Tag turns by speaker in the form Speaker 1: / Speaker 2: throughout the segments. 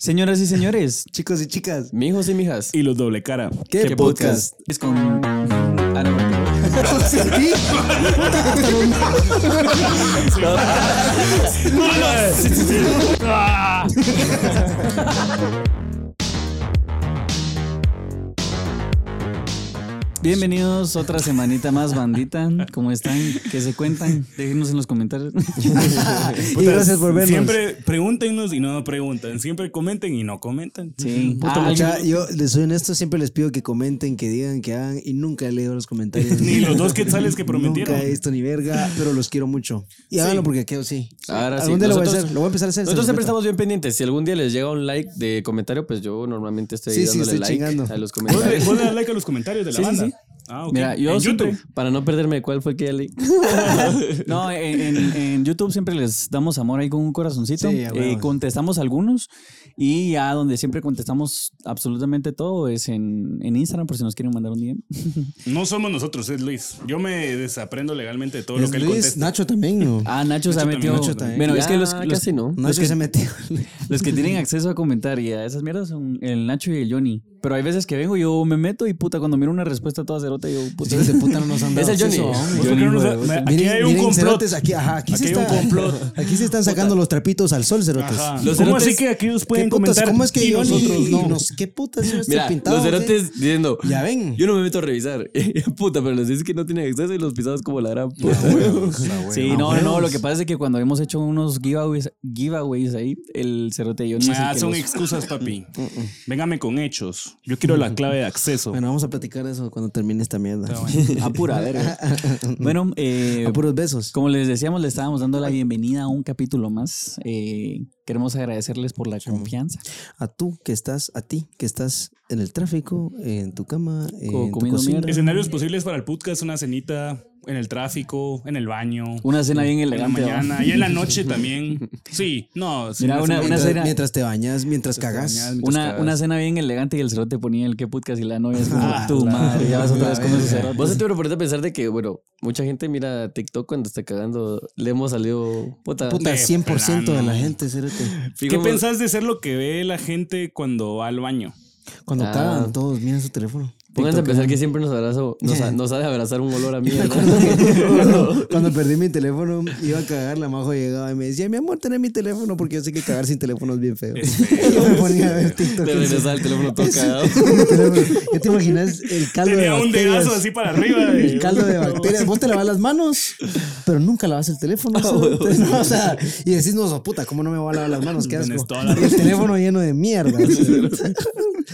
Speaker 1: Señoras y señores,
Speaker 2: Chicos y chicas.
Speaker 1: mijos y mijas,
Speaker 3: y los doble cara.
Speaker 2: ¿Qué, podcast?
Speaker 1: es con Ana Martínez. Bienvenidos otra semanita más, bandita. ¿Cómo están? ¿Qué se cuentan? Déjenos en los comentarios.
Speaker 2: y gracias por vernos.
Speaker 3: Siempre pregúntenos y no nos preguntan. Siempre comenten y no comentan.
Speaker 1: Sí.
Speaker 2: Puta,
Speaker 1: Ah,
Speaker 2: mucha,
Speaker 1: alguien-
Speaker 2: yo les soy honesto, siempre les pido que comenten, que digan, que hagan y nunca leo los comentarios.
Speaker 3: Ni los dos quetzales que prometieron.
Speaker 2: Nunca esto ni verga, pero los quiero mucho. Y háganlo porque quiero sí.
Speaker 4: Ahora sí,
Speaker 2: Algún día lo voy a
Speaker 4: nosotros-
Speaker 2: hacer, lo voy a empezar a hacer. se los
Speaker 4: Nosotros siempre
Speaker 2: prometo.
Speaker 4: estamos bien pendientes. Si algún día les llega un like de comentario, pues yo normalmente estoy
Speaker 2: Sí, sí,
Speaker 4: dándole
Speaker 2: estoy
Speaker 4: like
Speaker 2: chingando.
Speaker 4: a los
Speaker 3: Vos le
Speaker 4: comentarios.
Speaker 3: vos le das like a los comentarios de la
Speaker 4: Sí, sí,
Speaker 3: banda.
Speaker 4: sí.
Speaker 3: Ah, ok.
Speaker 1: Mira, yo
Speaker 3: en
Speaker 1: siempre-
Speaker 3: YouTube.
Speaker 4: Para no perderme cuál fue que leí.
Speaker 1: No, en, en- en YouTube siempre les damos amor ahí con un corazoncito.
Speaker 2: Sí, a huevo.
Speaker 1: Eh, contestamos algunos y ya donde siempre contestamos absolutamente todo es en, en Instagram por si nos quieren mandar un DM.
Speaker 3: No somos nosotros, es Luis. Yo me desaprendo legalmente de todo lo
Speaker 2: Es
Speaker 3: que él
Speaker 2: Luis,
Speaker 3: contesta.
Speaker 2: Nacho también, ¿no?
Speaker 1: Ah, Nacho, se ha
Speaker 3: también,
Speaker 1: metido.
Speaker 2: Nacho también.
Speaker 1: Bueno, es
Speaker 4: Ya,
Speaker 1: que los, los-
Speaker 4: casi no.
Speaker 1: los
Speaker 2: Nacho
Speaker 1: que-
Speaker 2: se metió.
Speaker 1: Los que tienen acceso a comentar y a esas mierdas son el Nacho y el Johnny. Pero hay veces que vengo y yo me meto y puta, cuando miro una respuesta toda cerota, yo puta.
Speaker 2: Hijos de puta no nos han dado
Speaker 4: Es el Johnny.
Speaker 2: acceso,
Speaker 3: ¿Vos
Speaker 2: hombre.
Speaker 3: por qué
Speaker 1: Johnny,
Speaker 3: no nos
Speaker 1: hijo
Speaker 3: da-
Speaker 1: de puta.
Speaker 3: Aquí hay un
Speaker 2: miren,
Speaker 3: complot.
Speaker 2: cerotes, aquí, ajá, aquí,
Speaker 3: Aquí
Speaker 2: se
Speaker 3: hay un
Speaker 2: está-
Speaker 3: complot.
Speaker 2: Aquí se están sacando los trapitos al sol, cerotes.
Speaker 3: Ajá.
Speaker 4: Los
Speaker 3: ¿Cómo
Speaker 4: cerotes-
Speaker 3: así que aquí nos
Speaker 2: ¿Qué
Speaker 3: pueden
Speaker 2: putas?
Speaker 3: comentar?
Speaker 2: ¿Cómo es que
Speaker 3: y nosotros
Speaker 2: nosotros
Speaker 3: no?
Speaker 2: ¿Qué putas? Yo estoy
Speaker 4: Mira,
Speaker 2: pintado,
Speaker 4: los
Speaker 2: ¿qué?
Speaker 4: cerotes diciendo.
Speaker 2: eh? Ya ven.
Speaker 4: Yo no me meto a revisar. Puta, pero les dices que no tienen acceso y los pisados como la gran puta.
Speaker 1: Sí, no, no, no, lo que pasa es que cuando hemos hecho unos giveaways, giveaways ahí, el cerote y Johnny es el
Speaker 3: Ah,
Speaker 1: que
Speaker 3: son
Speaker 1: los-
Speaker 3: excusas, papi.
Speaker 2: Mm,
Speaker 3: Véngame con hechos. Yo quiero la clave de acceso.
Speaker 2: Bueno, vamos a platicar de eso cuando termine esta mierda.
Speaker 1: a pura verga. Bueno, eh,
Speaker 2: A puros besos.
Speaker 1: como les decíamos, le estábamos dando la bienvenida a un capítulo más. Eh, queremos agradecerles por la confianza.
Speaker 2: A tú que estás, a ti que estás en el tráfico, en tu cama, en tu
Speaker 1: comiendo
Speaker 2: cocina.
Speaker 1: mierda.
Speaker 3: Escenarios posibles para el podcast, una cenita en el tráfico, en el baño,
Speaker 1: Una cena bien
Speaker 3: en la
Speaker 1: elegante. ¿va?
Speaker 3: mañana y en la noche también. Sí, no, sí,
Speaker 1: Mira,
Speaker 3: no,
Speaker 1: una-
Speaker 3: sí,
Speaker 2: Mientras,
Speaker 1: cena-
Speaker 2: mientras te bañas, mientras
Speaker 3: Mientras te
Speaker 2: cagas.
Speaker 3: bañas,
Speaker 1: Una,
Speaker 3: cagas.
Speaker 1: una cena bien elegante y el cerote ponía el que podcast y la novia es como
Speaker 3: Ah,
Speaker 1: tu
Speaker 3: la-
Speaker 1: madre, ya vas otra
Speaker 2: la
Speaker 1: vez con esos
Speaker 2: verga.
Speaker 4: Vos
Speaker 1: cerotes.
Speaker 4: se te ponerte a pensar de que, bueno, mucha gente mira TikTok cuando está cagando. Le hemos salido. Puta.
Speaker 2: Puta,
Speaker 3: De
Speaker 2: 100% de la
Speaker 3: plano.
Speaker 2: gente, cerote.
Speaker 3: ¿Qué
Speaker 4: Digamos-
Speaker 3: pensás de ser lo que ve la gente cuando va al baño?
Speaker 2: Cuando
Speaker 4: Ah.
Speaker 2: cagan todos, miren su teléfono.
Speaker 4: Pónganse a
Speaker 2: TikTok,
Speaker 4: pensar
Speaker 2: ¿no?
Speaker 4: que siempre nos abrazo, nos, ha- nos ha de abrazar un olor a mierda.
Speaker 2: cuando, cuando perdí mi teléfono, iba a cagar, la majo llegaba y me decía, mi amor, tenés mi teléfono, porque yo sé que cagar sin teléfono es bien feo. Y yo me ponía a ver TikTok.
Speaker 4: Te regresaba el teléfono todo cagado.
Speaker 2: Mi teléfono. ¿Ya te imaginas el caldo de
Speaker 3: Tenía un
Speaker 2: bacterias?
Speaker 3: dedazo así para arriba. de-
Speaker 2: El caldo de bacterias. Vos te lavas las manos, pero nunca lavas el teléfono.
Speaker 1: Ah,
Speaker 2: ¿sabes? Entonces, no, o sea, y decís, no, so puta, ¿cómo no me voy a lavar las manos? Qué
Speaker 3: Tenés
Speaker 2: asco.
Speaker 3: toda la
Speaker 2: Y El teléfono lleno de mierda.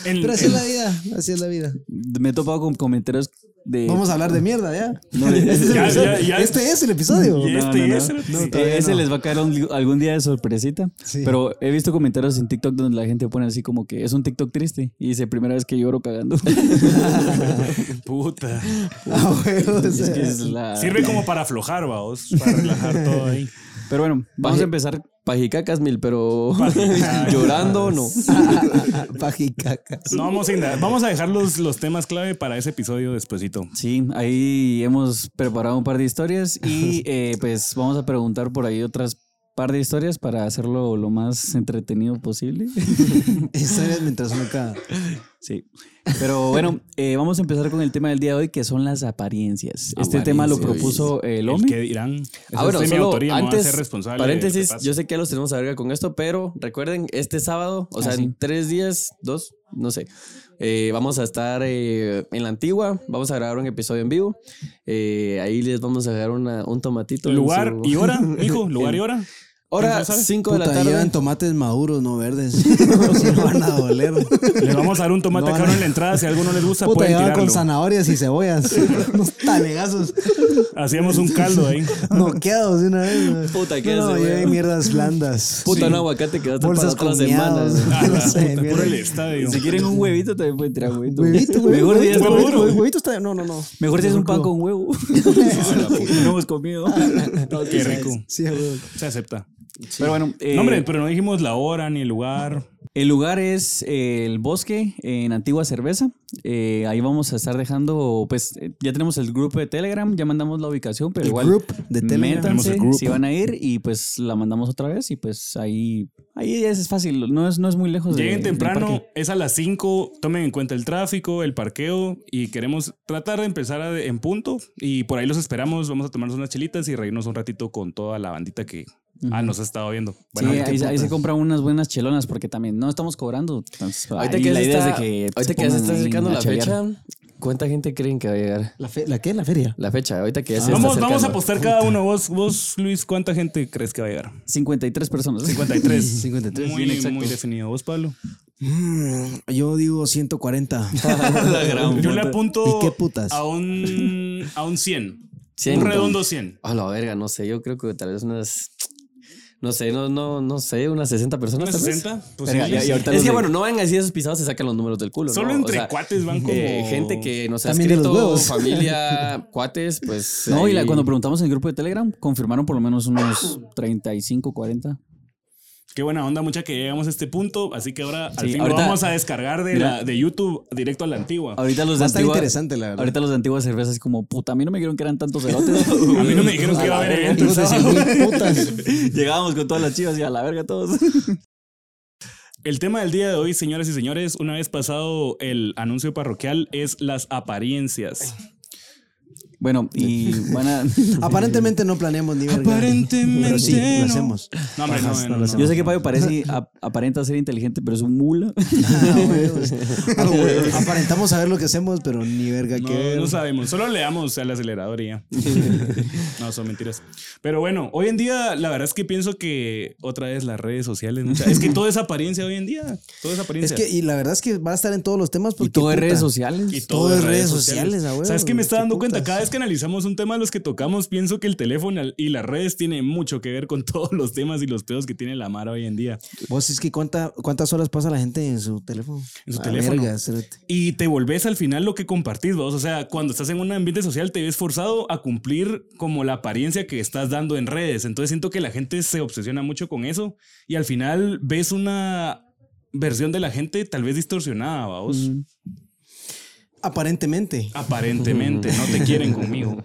Speaker 3: En-
Speaker 2: Pero así
Speaker 3: en-
Speaker 2: es la vida, así es la vida.
Speaker 1: Me he topado con comentarios de...
Speaker 2: Vamos a hablar de mierda ya.
Speaker 1: No, de-
Speaker 3: Ya, ya, ya.
Speaker 2: Este es el episodio.
Speaker 3: Y
Speaker 1: No,
Speaker 3: este
Speaker 1: no, no.
Speaker 3: es el-
Speaker 1: Eh,
Speaker 2: todavía
Speaker 1: ese
Speaker 2: no.
Speaker 1: les va a caer un- algún día de sorpresita.
Speaker 2: Sí.
Speaker 1: Pero he visto comentarios en TikTok donde la gente pone así como que es un TikTok triste. Y dice, primera vez que lloro cagando.
Speaker 3: Puta.
Speaker 2: Ah, huevo, o
Speaker 1: Es
Speaker 2: sea.
Speaker 1: que es la-
Speaker 3: Sirve como para aflojar, vaos. Para relajar todo ahí.
Speaker 1: Pero bueno, vamos
Speaker 4: Baje-
Speaker 1: a empezar.
Speaker 4: Pajicacas mil, pero
Speaker 3: Pajicacas.
Speaker 4: llorando no.
Speaker 2: Pajicaca.
Speaker 3: No, vamos a, indagar. vamos a dejar los, los temas clave para ese episodio despuesito.
Speaker 1: Sí, ahí hemos preparado un par de historias y eh, pues vamos a preguntar por ahí otras par de historias para hacerlo lo más entretenido posible.
Speaker 2: Historias mientras uno caga.
Speaker 1: Sí. Pero bueno, eh, vamos a empezar con el tema del día de hoy, que son las apariencias. Este
Speaker 4: Apariencias.
Speaker 1: tema lo propuso eh, el
Speaker 3: El que
Speaker 1: hombre.
Speaker 3: dirán.
Speaker 4: Ah,
Speaker 3: Eso
Speaker 4: bueno,
Speaker 3: es de mi
Speaker 4: solo
Speaker 3: autoría, no va a
Speaker 4: antes,
Speaker 3: ser responsable. de lo que
Speaker 4: paréntesis,
Speaker 3: pase.
Speaker 4: yo sé que ya los tenemos a verga con esto, pero recuerden, este sábado, o sea,
Speaker 1: Ah, sí.
Speaker 4: en tres días, dos, no sé, eh, vamos a estar eh, en la antigua, vamos a grabar un episodio en vivo, eh, ahí les vamos a dejar una- un tomatito. en
Speaker 3: Lugar
Speaker 4: su-
Speaker 3: y hora, hijo, lugar y hora.
Speaker 4: Hora
Speaker 3: ¿No sabes?
Speaker 4: 5 de la
Speaker 2: Puta, llevan
Speaker 4: tarde.
Speaker 2: tomates maduros, no verdes. Si no van a doler.
Speaker 3: Les vamos a dar un tomate
Speaker 2: No,
Speaker 3: cabrón
Speaker 2: no.
Speaker 3: en la entrada. Si a alguno les gusta,
Speaker 2: Puta,
Speaker 3: pueden
Speaker 2: llevan
Speaker 3: tirarlo.
Speaker 2: con zanahorias y cebollas. Unos talegazos
Speaker 3: Hacíamos un caldo ahí.
Speaker 2: noqueados de una vez. güey.
Speaker 4: Puta, qué
Speaker 2: No, no,
Speaker 4: cebolla.
Speaker 2: llevan mierdas blandas.
Speaker 4: Puta,
Speaker 2: Sí.
Speaker 4: un aguacate que va a estar para
Speaker 2: Bolsas
Speaker 4: todas
Speaker 2: con
Speaker 4: las
Speaker 2: miados.
Speaker 4: semanas.
Speaker 3: Ah,
Speaker 2: No
Speaker 3: la
Speaker 2: sé,
Speaker 3: puta,
Speaker 2: mira.
Speaker 3: puro el estadio.
Speaker 1: Si quieren un huevito, también pueden tirar huevito.
Speaker 2: Huevito, güey.
Speaker 1: Mejor si es
Speaker 2: huevito,
Speaker 1: huevito.
Speaker 2: huevito, huevito está. No, no, no.
Speaker 1: Mejor si es un pan con huevo. no hemos comido.
Speaker 3: Qué rico.
Speaker 2: Sí, güey.
Speaker 3: Se acepta.
Speaker 1: Pero bueno, eh,
Speaker 3: No, hombre, pero no dijimos la hora ni el lugar.
Speaker 1: el lugar es eh, el bosque en Antigua Cerveza. Eh, ahí vamos a estar dejando, pues eh, ya tenemos el grupo de Telegram, ya mandamos la ubicación, pero
Speaker 2: El
Speaker 1: igual
Speaker 2: group de Telegram.
Speaker 1: métanse
Speaker 3: Tenemos el group.
Speaker 1: si van a ir y pues la mandamos otra vez y pues ahí Ahí ya es fácil, no es, no es muy lejos. de-
Speaker 3: Lleguen
Speaker 1: del
Speaker 3: temprano,
Speaker 1: parque.
Speaker 3: es a las 5, tomen en cuenta el tráfico, el parqueo y queremos tratar de empezar a- en punto y por ahí los esperamos, vamos a tomarnos unas chelitas y reírnos un ratito con toda la bandita que ah, nos ha estado viendo.
Speaker 1: Sí,
Speaker 3: Bueno,
Speaker 1: ahí,
Speaker 3: ahorita-
Speaker 1: ahí se compran unas buenas chelonas porque también no estamos cobrando. Entonces,
Speaker 4: Ahorita
Speaker 1: ahí
Speaker 4: que, ya
Speaker 1: la
Speaker 4: se
Speaker 1: idea es
Speaker 4: está,
Speaker 1: de que se
Speaker 4: ahorita que ya se
Speaker 1: pongan
Speaker 4: está
Speaker 1: ahí
Speaker 4: acercando
Speaker 1: a
Speaker 4: la
Speaker 1: chambear.
Speaker 4: fecha, ¿cuánta gente creen que va a llegar?
Speaker 2: ¿La, fe- ¿La qué? ¿La feria?
Speaker 4: La fecha, ahorita que ya se
Speaker 3: vamos,
Speaker 4: está acercando.
Speaker 3: vamos a apostar cada uno. Vos, vos, Luis, ¿cuánta gente crees que va a llegar?
Speaker 1: 53 personas.
Speaker 3: 53.
Speaker 2: 53,
Speaker 3: muy,
Speaker 2: bien exacto.
Speaker 3: muy definido. ¿Vos, Pablo?
Speaker 2: Mm, yo digo 140.
Speaker 3: Yo le apunto
Speaker 2: ¿Y qué putas?
Speaker 1: Ah,
Speaker 3: A, un, a un 100.
Speaker 4: 100.
Speaker 3: Un redondo 100.
Speaker 4: A la verga, no sé, yo creo que tal vez unas... No sé, no, no, no sé, unas 60 personas.
Speaker 3: ¿Una
Speaker 4: tal vez.
Speaker 3: 60? Pues
Speaker 1: Verga,
Speaker 3: sí.
Speaker 1: ya- ya ahorita
Speaker 4: Es
Speaker 1: los
Speaker 4: que
Speaker 1: de-
Speaker 4: bueno, no van así esos pisados, se sacan los números del culo.
Speaker 3: Solo
Speaker 4: ¿no? O
Speaker 3: entre
Speaker 4: sea,
Speaker 3: cuates van como.
Speaker 4: eh, gente que nos ha
Speaker 2: También de los
Speaker 4: escrito,
Speaker 2: huevos.
Speaker 4: familia, cuates, pues.
Speaker 1: No, y la-
Speaker 4: ahí-
Speaker 1: cuando preguntamos en el grupo de Telegram, confirmaron por lo menos unos 35, 40.
Speaker 3: Qué buena onda, mucha que llegamos a este punto. Así que ahora al
Speaker 1: Sí,
Speaker 3: fin
Speaker 1: ahorita-
Speaker 3: lo vamos a descargar de, la, de YouTube directo a la antigua.
Speaker 1: Ahorita los de
Speaker 2: Va a estar
Speaker 1: antigua,
Speaker 2: interesante, la verdad.
Speaker 1: Ahorita los de antigua cerveza es como, puta, a mí no me dijeron que eran tantos cerotes.
Speaker 3: A mí no me dijeron que iba a haber evento.
Speaker 2: Hijos de cien mil putas.
Speaker 1: Llegábamos con todas las chivas y a la verga todos.
Speaker 3: El tema del día de hoy, señoras y señores, una vez pasado el anuncio parroquial, es las apariencias.
Speaker 1: Bueno, y van a...
Speaker 2: Aparentemente no planeamos ni verga.
Speaker 3: Aparentemente
Speaker 2: Pero sí, lo
Speaker 3: no.
Speaker 2: hacemos.
Speaker 3: No, hombre, no,
Speaker 2: Ajá,
Speaker 3: no,
Speaker 2: lo
Speaker 3: no.
Speaker 2: hacemos.
Speaker 1: Yo sé que Payo parece, ap- aparenta ser inteligente, pero es un mula.
Speaker 2: Ah, huevos. Ah, huevos. Aparentamos saber lo que hacemos, pero ni verga que
Speaker 3: No,
Speaker 2: ver.
Speaker 3: no sabemos, solo le damos al acelerador y ya. No, son mentiras. Pero bueno, hoy en día la verdad es que pienso que otra vez las redes sociales, mucha- es que todo es apariencia hoy en día, todo es
Speaker 2: Es
Speaker 3: apariencia.
Speaker 2: que, y la verdad es que va a estar en todos los temas. Porque,
Speaker 1: Y todo en
Speaker 2: puta,
Speaker 1: redes sociales.
Speaker 3: Y
Speaker 2: todo es redes sociales, a huevo,
Speaker 3: ¿Sabes qué me está
Speaker 2: qué
Speaker 3: dando cuenta?
Speaker 2: putas.
Speaker 3: Cada vez que analizamos un tema de los que tocamos, pienso que el teléfono y las redes tienen mucho que ver con todos los temas y los pedos que tiene la Mara hoy en día.
Speaker 2: Vos es que cuánta, cuántas horas pasa la gente en su teléfono.
Speaker 3: En su
Speaker 2: Ah,
Speaker 3: teléfono.
Speaker 2: verga, cerote.
Speaker 3: Y te volvés al final lo que compartís, vos. O sea, cuando estás en un ambiente social te ves forzado a cumplir como la apariencia que estás dando en redes. Entonces siento que la gente se obsesiona mucho con eso y al final ves una versión de la gente tal vez distorsionada, vos.
Speaker 2: Aparentemente.
Speaker 3: Ah, Aparentemente, no te quieren conmigo.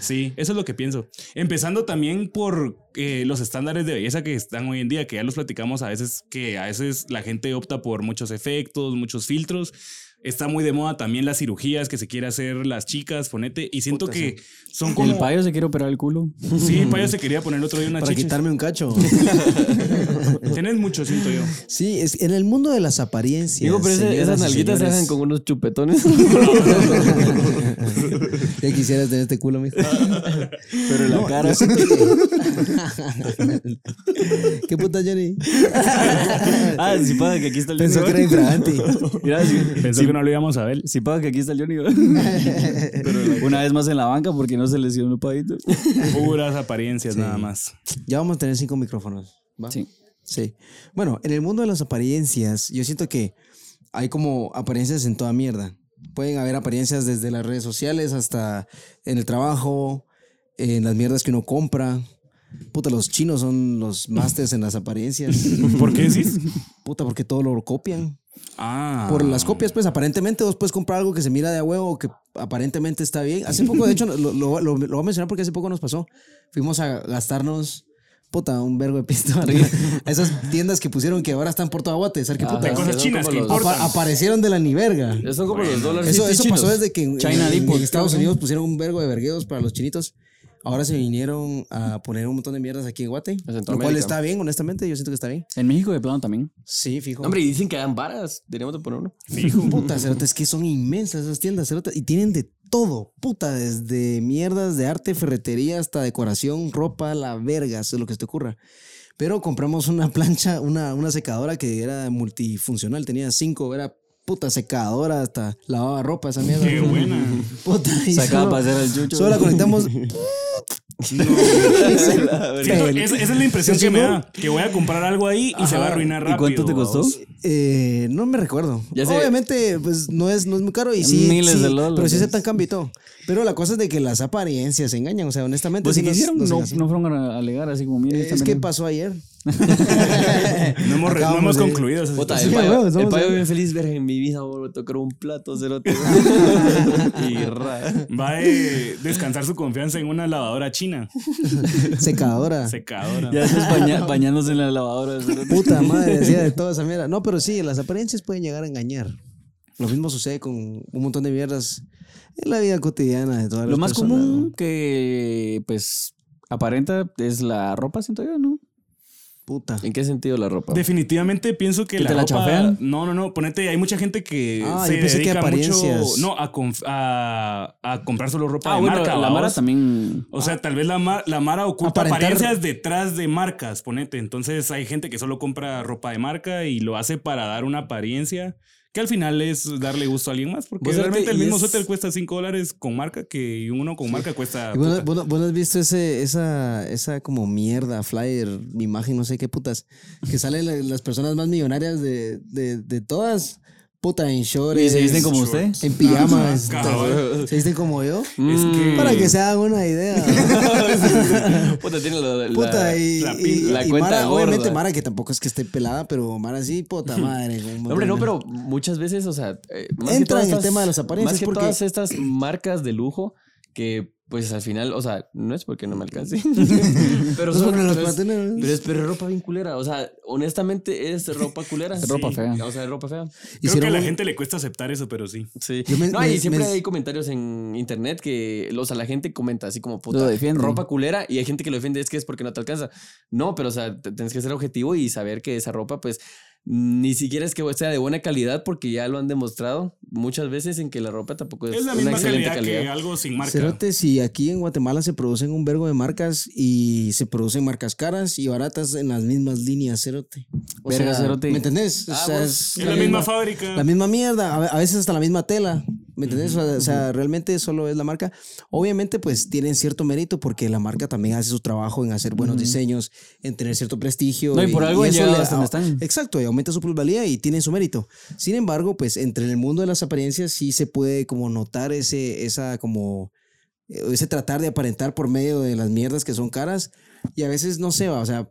Speaker 3: Sí, eso es lo que pienso. Empezando también por eh, los estándares de belleza que están hoy en día, que ya los platicamos a veces, que a veces la gente opta por muchos efectos, muchos filtros. Está muy de moda también las cirugías que se quiere hacer las chicas, ponete. Y siento
Speaker 2: Puta,
Speaker 3: que son como...
Speaker 1: El Payo se quiere operar el culo.
Speaker 3: Sí, Payo se quería poner el otro día una
Speaker 2: Para
Speaker 3: chica.
Speaker 2: quitarme un cacho.
Speaker 3: Tienes mucho, siento yo.
Speaker 2: Sí, es en el mundo de las apariencias.
Speaker 4: Digo, pero ese-
Speaker 2: señoras
Speaker 4: esas
Speaker 2: y
Speaker 4: nalguitas se
Speaker 2: señores,
Speaker 4: dejan con unos chupetones.
Speaker 2: Ya quisieras tener este culo, mijo.
Speaker 1: Pero la cara...
Speaker 2: ¿Qué puta, Jenny?
Speaker 1: ah, si pasa que aquí está el
Speaker 2: Pensó que
Speaker 1: Johnny.
Speaker 2: era infragante.
Speaker 1: Mira, si,
Speaker 3: Pensó que no lo íbamos a ver.
Speaker 1: si pasa que aquí está el Johnny. Una vez más en la banca porque no se lesionó Payito.
Speaker 3: Puras apariencias nada más.
Speaker 2: Ya vamos a tener cinco micrófonos. ¿va?
Speaker 1: Sí.
Speaker 2: Sí. Bueno, en el mundo de las apariencias, yo siento que hay como apariencias en toda mierda. Pueden haber apariencias desde las redes sociales hasta en el trabajo, en las mierdas que uno compra. Puta, los chinos son los masters en las apariencias.
Speaker 3: ¿Por qué decís?
Speaker 2: Puta, porque todo lo copian.
Speaker 3: Ah.
Speaker 2: Por las copias, pues aparentemente vos puedes comprar algo que se mira de a huevo, que aparentemente está bien. Hace poco, de hecho, lo, lo- lo- lo voy a mencionar porque hace poco nos pasó. Fuimos a gastarnos, puta, un vergo de pisto arriba. A esas tiendas que pusieron que ahora están por toda Guate. ¿sabes qué
Speaker 4: Ajá.
Speaker 2: puta?
Speaker 3: De cosas
Speaker 4: Son
Speaker 3: chinas
Speaker 4: como
Speaker 3: que
Speaker 4: los-
Speaker 3: importan.
Speaker 2: Apa- aparecieron de la ni verga.
Speaker 4: Son como los dólares.
Speaker 2: Eso,
Speaker 4: sí,
Speaker 2: eso
Speaker 4: chinos.
Speaker 2: pasó desde que en,
Speaker 1: China
Speaker 2: en-
Speaker 1: Depot,
Speaker 2: en Estados
Speaker 1: creo, ¿no?
Speaker 2: Unidos pusieron un vergo de vergueos para los chinitos. Ahora se vinieron a poner un montón de mierdas aquí en Guate. Lo cual
Speaker 4: Centroamérica.
Speaker 2: está bien, honestamente. Yo siento que está bien.
Speaker 1: En México de plano también.
Speaker 2: Sí, fijo.
Speaker 4: No, Hombre, y dicen que dan varas. Deberíamos de poner uno.
Speaker 2: Hijo puta, cerote, es que son inmensas esas tiendas, cerote, y tienen de todo, puta, desde mierdas de arte, ferretería hasta decoración, ropa, la verga, eso es lo que se te ocurra. Pero compramos una plancha, una, una secadora que era multifuncional, tenía cinco, era puta secadora, hasta lavaba ropa, esa mierda.
Speaker 3: Qué buena.
Speaker 2: Puta, y
Speaker 1: Sacaba
Speaker 2: solo-
Speaker 1: para hacer al chucho.
Speaker 2: Solo la conectamos.
Speaker 3: Siento- esa, esa es la impresión
Speaker 2: Sí,
Speaker 3: que me
Speaker 2: ¿no?
Speaker 3: da. Que voy a comprar algo ahí y se va a arruinar rápido.
Speaker 1: ¿Y cuánto te costó?
Speaker 3: vamos.
Speaker 2: Eh, no me recuerdo.
Speaker 4: Ya sé.
Speaker 2: Obviamente, pues no es, no es muy caro y sí.
Speaker 1: Miles
Speaker 2: sí,
Speaker 1: de dólares.
Speaker 2: Pero sí se tan cambito. Pero la cosa es de que las apariencias engañan. O sea, honestamente.
Speaker 1: Pues si
Speaker 2: sí nos-
Speaker 1: quisieron,
Speaker 2: nos
Speaker 1: no,
Speaker 2: engañan.
Speaker 1: no fueron a alegar así como, mire,
Speaker 2: Eh,
Speaker 1: esta
Speaker 2: Es que
Speaker 1: mierda.
Speaker 2: pasó ayer.
Speaker 3: No hemos, re- no
Speaker 2: Acabamos
Speaker 3: hemos
Speaker 2: de-
Speaker 3: concluido. esa
Speaker 4: Puta,
Speaker 1: eh.
Speaker 2: Sí,
Speaker 3: situación.
Speaker 4: el payo,
Speaker 2: huevos,
Speaker 4: el
Speaker 2: vamos
Speaker 4: payo
Speaker 2: a ver.
Speaker 4: bien feliz, verga, en mi vida, bro, tocar un plato, cerote. y ra.
Speaker 3: Va a eh, descansar su confianza en una lavadora china,
Speaker 2: Secadora.
Speaker 3: secadora.
Speaker 1: Ya estás baña- bañándose en la lavadora.
Speaker 2: Puta madre, decía de toda esa mierda. No, pero sí, las apariencias pueden llegar a engañar. Lo mismo sucede con un montón de mierdas en la vida cotidiana de todas
Speaker 1: Lo
Speaker 2: las
Speaker 1: más
Speaker 2: personas,
Speaker 1: común
Speaker 2: ¿no?
Speaker 1: que, pues, aparenta es la ropa, siento yo, ¿no?
Speaker 2: Puta.
Speaker 4: ¿En qué sentido la ropa?
Speaker 3: Definitivamente pienso que
Speaker 1: ¿Que
Speaker 3: la,
Speaker 1: te la
Speaker 3: ropa-
Speaker 1: chafean?
Speaker 3: No, no, no. Ponete, hay mucha gente que
Speaker 2: Ah,
Speaker 3: se
Speaker 2: yo pensé que
Speaker 3: dedica mucho
Speaker 2: apariencias.
Speaker 3: no, a, conf- a, a comprar solo ropa de marca.
Speaker 1: Ah, la
Speaker 3: ¿vaos?
Speaker 1: Mara también.
Speaker 3: O
Speaker 4: Ah.
Speaker 3: sea, tal vez la, ma- la Mara oculta
Speaker 2: Aparentar-
Speaker 3: apariencias detrás de marcas, ponete. Entonces hay gente que solo compra ropa de marca y lo hace para dar una apariencia que al final es darle gusto a alguien más. Porque
Speaker 4: Vos sabés
Speaker 3: realmente
Speaker 4: que-
Speaker 3: el
Speaker 4: y
Speaker 3: mismo
Speaker 4: Pues es-
Speaker 3: suéter cuesta 5 dólares con marca que uno con marca cuesta...
Speaker 2: ¿Y vos,
Speaker 3: Ah, puta.
Speaker 2: vos no- vos no has visto ese, esa, esa como mierda, flyer, imagen, no sé qué putas, que salen la- las personas más millonarias de, de, de todas, puta, en shorts.
Speaker 1: ¿Y se visten como
Speaker 3: shorts.
Speaker 1: usted?
Speaker 2: En pijamas.
Speaker 3: Ah, cabrón. Mm.
Speaker 2: ¿Se visten como yo?
Speaker 4: mm,
Speaker 3: Es que...
Speaker 2: Para que se hagan una idea.
Speaker 4: Puta, tiene la, la-
Speaker 2: Puta, y,
Speaker 3: la
Speaker 2: y-
Speaker 3: pinta.
Speaker 2: y
Speaker 4: La cuenta
Speaker 2: Mara,
Speaker 4: gorda.
Speaker 2: obviamente Mara, que tampoco es que esté pelada, pero Mara sí, puta madre. un
Speaker 4: No, hombre, no,
Speaker 2: montón de-
Speaker 4: pero muchas veces, o sea, eh, más
Speaker 2: Entra
Speaker 4: que todas
Speaker 2: en el
Speaker 4: estas-
Speaker 2: tema de las apariencias,
Speaker 4: Más que
Speaker 2: porque-
Speaker 4: todas estas marcas de lujo que, pues al final, o sea, no es porque no me alcance.
Speaker 2: No
Speaker 4: pero,
Speaker 2: es
Speaker 4: son-
Speaker 2: porque no los
Speaker 4: pero, es,
Speaker 2: pueda tener.
Speaker 4: pero es- pero es ropa bien culera. O sea, honestamente es ropa culera.
Speaker 1: Es ropa fea.
Speaker 4: O sea, es ropa fea.
Speaker 3: Creo que a
Speaker 2: Hicieron
Speaker 3: la
Speaker 2: un-
Speaker 3: gente le cuesta aceptar eso, pero sí.
Speaker 4: Sí.
Speaker 2: Yo me-
Speaker 4: no,
Speaker 2: me-
Speaker 4: y siempre
Speaker 2: me-
Speaker 4: hay comentarios en internet que, o sea, la gente comenta así como puta,
Speaker 1: Lo defienden.
Speaker 4: ropa culera y hay gente que lo defiende, es que es porque no te alcanza. No, pero o sea, te- tienes que ser objetivo y saber que esa ropa, pues, ni siquiera es que sea de buena calidad porque ya lo han demostrado muchas veces en que la ropa tampoco es,
Speaker 3: Es la
Speaker 4: una
Speaker 3: misma
Speaker 4: excelente
Speaker 3: calidad,
Speaker 4: calidad.
Speaker 3: que algo sin marca.
Speaker 2: Cerote, si aquí en Guatemala se producen un vergo de marcas y se producen marcas caras y baratas en las mismas líneas, Cerote. O
Speaker 1: Verga, cerote.
Speaker 2: ¿Me entendés? O
Speaker 4: Ah,
Speaker 2: sea,
Speaker 4: vos-
Speaker 2: es
Speaker 3: Es la misma fábrica.
Speaker 2: la misma mierda, a a veces hasta la misma tela. ¿Me entendés? O sea, O sea, realmente solo es la marca. Obviamente, pues tienen cierto mérito porque la marca también hace su trabajo en hacer buenos diseños, en tener cierto prestigio.
Speaker 1: No, y por algo han
Speaker 2: eso
Speaker 1: llegado
Speaker 2: le-
Speaker 1: hasta donde están.
Speaker 2: Exacto, y aumenta su plusvalía y tiene su mérito. Sin embargo, pues entre el mundo de las apariencias sí se puede como notar ese, esa como eh, ese tratar de aparentar por medio de las mierdas que son caras y a veces no se va, o sea,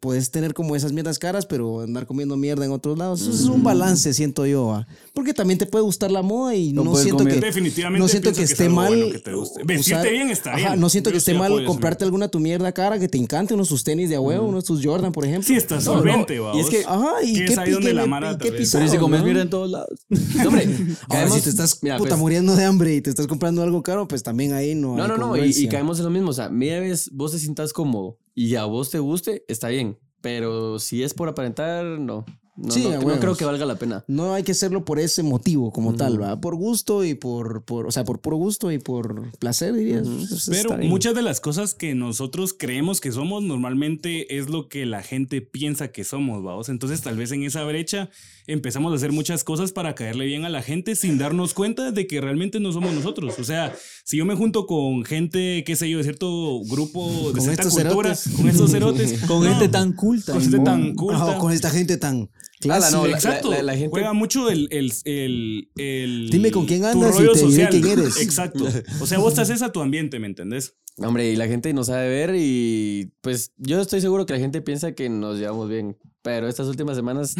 Speaker 2: puedes tener como esas mierdas caras, pero andar comiendo mierda en otros lados. Eso es un balance, siento yo, va. porque también te puede gustar la moda y
Speaker 1: No
Speaker 2: no,
Speaker 1: puedes
Speaker 2: siento
Speaker 1: comer.
Speaker 2: que
Speaker 3: Definitivamente
Speaker 2: no siento
Speaker 3: pienso
Speaker 2: que
Speaker 3: es
Speaker 2: esté
Speaker 3: algo
Speaker 2: mal
Speaker 3: bueno que te guste. Vestirte
Speaker 2: usar-
Speaker 3: bien está
Speaker 2: Ajá,
Speaker 3: bien.
Speaker 2: no siento
Speaker 3: Yo
Speaker 2: que esté
Speaker 3: sí
Speaker 2: mal
Speaker 3: apoyo eso.
Speaker 2: comprarte alguna tu mierda cara que te encante, unos tus tenis de a huevo, unos tus Jordan, por ejemplo.
Speaker 3: Sí, está solvente,
Speaker 2: no.
Speaker 3: va,
Speaker 2: Y es
Speaker 3: vos.
Speaker 2: que, ajá, y
Speaker 3: Que
Speaker 2: qué,
Speaker 3: es ahí
Speaker 2: pi-
Speaker 3: donde
Speaker 2: qué
Speaker 3: la
Speaker 2: le-
Speaker 3: mara
Speaker 2: qué
Speaker 3: tal vez.
Speaker 1: Pero
Speaker 2: pisado,
Speaker 1: si comes
Speaker 2: ¿no?
Speaker 1: mira en todos lados.
Speaker 4: No, hombre,
Speaker 2: Ahora,
Speaker 4: caemos-
Speaker 2: si te estás
Speaker 4: mira,
Speaker 2: puta
Speaker 4: pues,
Speaker 2: muriendo de hambre y te estás comprando algo caro, pues también ahí no.
Speaker 4: No,
Speaker 2: hay
Speaker 4: no, no, y- y,
Speaker 2: congruencia.
Speaker 4: caemos en lo mismo. O sea, media vez vos te sientas cómodo y a vos te guste, está bien. Pero si es por aparentar, no. No,
Speaker 2: Sí,
Speaker 4: no-
Speaker 2: a
Speaker 4: no
Speaker 2: huevos.
Speaker 4: creo que valga la pena.
Speaker 2: No hay que hacerlo por ese motivo como tal, ¿va? Por gusto y por, por, o sea, por puro gusto y por placer, dirías. Pues,
Speaker 3: Pero
Speaker 2: está bien.
Speaker 3: muchas de las cosas que nosotros creemos que somos normalmente es lo que la gente piensa que somos, vamos. Entonces tal vez en esa brecha empezamos a hacer muchas cosas para caerle bien a la gente sin darnos cuenta de que realmente no somos nosotros. O sea, si yo me junto con gente, qué sé yo, de cierto grupo de
Speaker 2: Con
Speaker 3: cierta
Speaker 2: estos
Speaker 3: cultura,
Speaker 2: cerotes.
Speaker 3: con estos cerotes,
Speaker 1: Con
Speaker 3: no,
Speaker 1: gente tan culta.
Speaker 3: con gente
Speaker 1: ¿no?
Speaker 3: tan
Speaker 2: Ajá,
Speaker 3: culta.
Speaker 2: con esta gente tan
Speaker 1: Ah,
Speaker 4: Ala, no,
Speaker 2: clásica.
Speaker 4: la-
Speaker 3: Exacto.
Speaker 4: la- la- la gente-
Speaker 3: Juega mucho el, el, el, el-
Speaker 2: Dime con quién
Speaker 3: tu
Speaker 2: andas y
Speaker 3: rollo
Speaker 2: te diré
Speaker 3: social.
Speaker 2: quién eres.
Speaker 3: Exacto. O sea, vos te haces a tu ambiente, ¿me entendés?
Speaker 4: Hombre, y la gente nos sabe ver y pues yo estoy seguro que la gente piensa que nos llevamos bien. Pero estas últimas semanas,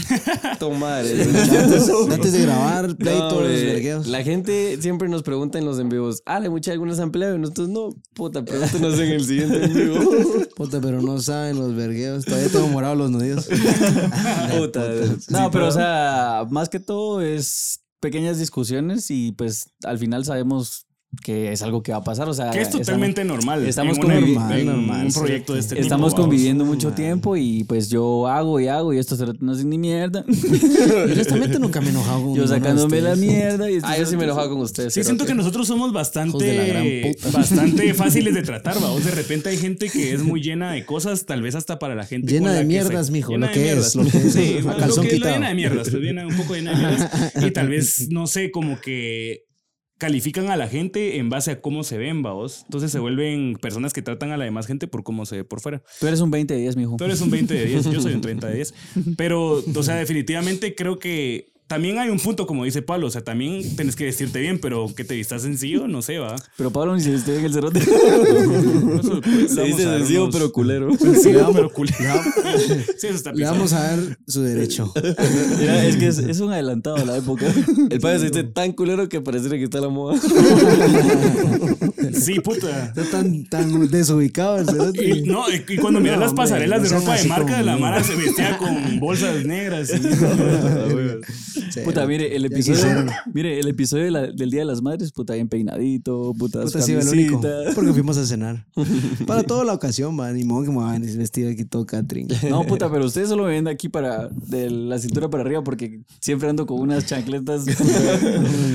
Speaker 4: tomar.
Speaker 2: Antes, antes de grabar, play todos los vergueos.
Speaker 4: la gente siempre nos pregunta en los en vivos, ah, la mucha algunas han peleado y nosotros no, puta, pregúntenos en el siguiente en vivo.
Speaker 2: Puta, pero no saben los vergueos. Todavía tengo morado los nudillos. Ah,
Speaker 4: puta.
Speaker 1: No, pero o sea, más que todo es pequeñas discusiones y pues al final sabemos que es algo que va a pasar. O sea,
Speaker 3: Que es
Speaker 1: estamos-
Speaker 3: totalmente normal.
Speaker 1: estamos
Speaker 3: en una-
Speaker 1: conviviendo,
Speaker 3: en
Speaker 2: normal,
Speaker 3: un
Speaker 2: sí.
Speaker 3: proyecto de este tipo,
Speaker 1: Estamos
Speaker 3: vamos.
Speaker 1: conviviendo mucho tiempo y pues yo hago y hago y esto no es ni mierda.
Speaker 2: Yo honestamente nunca me he enojado. con
Speaker 1: Yo
Speaker 2: ninguno de
Speaker 1: sacándome la
Speaker 2: ustedes.
Speaker 1: mierda y este
Speaker 4: Ah, yo sí me enojaba con ustedes.
Speaker 3: Sí,
Speaker 4: pero
Speaker 3: siento
Speaker 4: ok.
Speaker 3: que nosotros somos bastante,
Speaker 2: Hijos de la gran puta.
Speaker 3: bastante fáciles de tratar, vamos. De repente hay gente que es muy llena de cosas, tal vez hasta para la gente.
Speaker 2: Llena
Speaker 3: con la
Speaker 2: de
Speaker 3: que se-
Speaker 2: mierdas, mijo, lo
Speaker 3: llena de
Speaker 2: que
Speaker 3: mierdas.
Speaker 2: es, lo que es.
Speaker 3: Sí,
Speaker 2: A
Speaker 3: lo
Speaker 2: calzón
Speaker 3: que es, lo
Speaker 2: quitado.
Speaker 3: llena de mierdas, llena un poco llena de mierdas. Y tal vez, no sé, como que califican a la gente en base a cómo se ven, vamos. Entonces se vuelven personas que tratan a la demás gente por cómo se ve por fuera.
Speaker 1: Tú eres un 20 de 10, mijo.
Speaker 3: Tú eres un 20 de 10, yo soy un 30 de 10. Pero, o sea, definitivamente creo que También hay un punto, como dice Pablo, o sea, también tenés que vestirte bien, pero que te vistas sencillo, no sé, va.
Speaker 1: Pero Pablo ni se vistió en el cerote.
Speaker 3: Eso, pues,
Speaker 4: Se
Speaker 3: vamos
Speaker 4: dice
Speaker 3: a dar
Speaker 4: sencillo,
Speaker 3: unos-
Speaker 4: pero culero.
Speaker 3: Sí, no, pero culero. Sí, eso está
Speaker 2: Le
Speaker 3: pisado.
Speaker 2: vamos a dar su derecho.
Speaker 1: Mira, es que es, es un adelantado a la época.
Speaker 4: El padre se dice tan culero que pareciera que está la moda.
Speaker 3: Sí, puta.
Speaker 2: Está tan, tan desubicado el cerote.
Speaker 3: Y, no, y y cuando miras
Speaker 2: No,
Speaker 3: las
Speaker 2: hombre,
Speaker 3: pasarelas
Speaker 2: no
Speaker 3: de
Speaker 2: sean
Speaker 3: ropa de
Speaker 2: así
Speaker 3: marca de la
Speaker 2: conmigo.
Speaker 3: Mara se vestía con bolsas negras. y-
Speaker 2: Sí.
Speaker 1: Puta, mire, el
Speaker 2: Ya
Speaker 1: episodio,
Speaker 2: quisieron.
Speaker 1: mire, el episodio de la- del Día de las Madres, puta, bien peinadito, puta,
Speaker 2: Puta, sí, iba Pues el único.
Speaker 1: camisita.
Speaker 2: Porque fuimos a cenar. Para toda la ocasión, man. Ni modo que me van a vestir aquí todo Catherine.
Speaker 1: No, puta, pero ustedes solo me ven de aquí para de la cintura para arriba porque siempre ando con unas chancletas.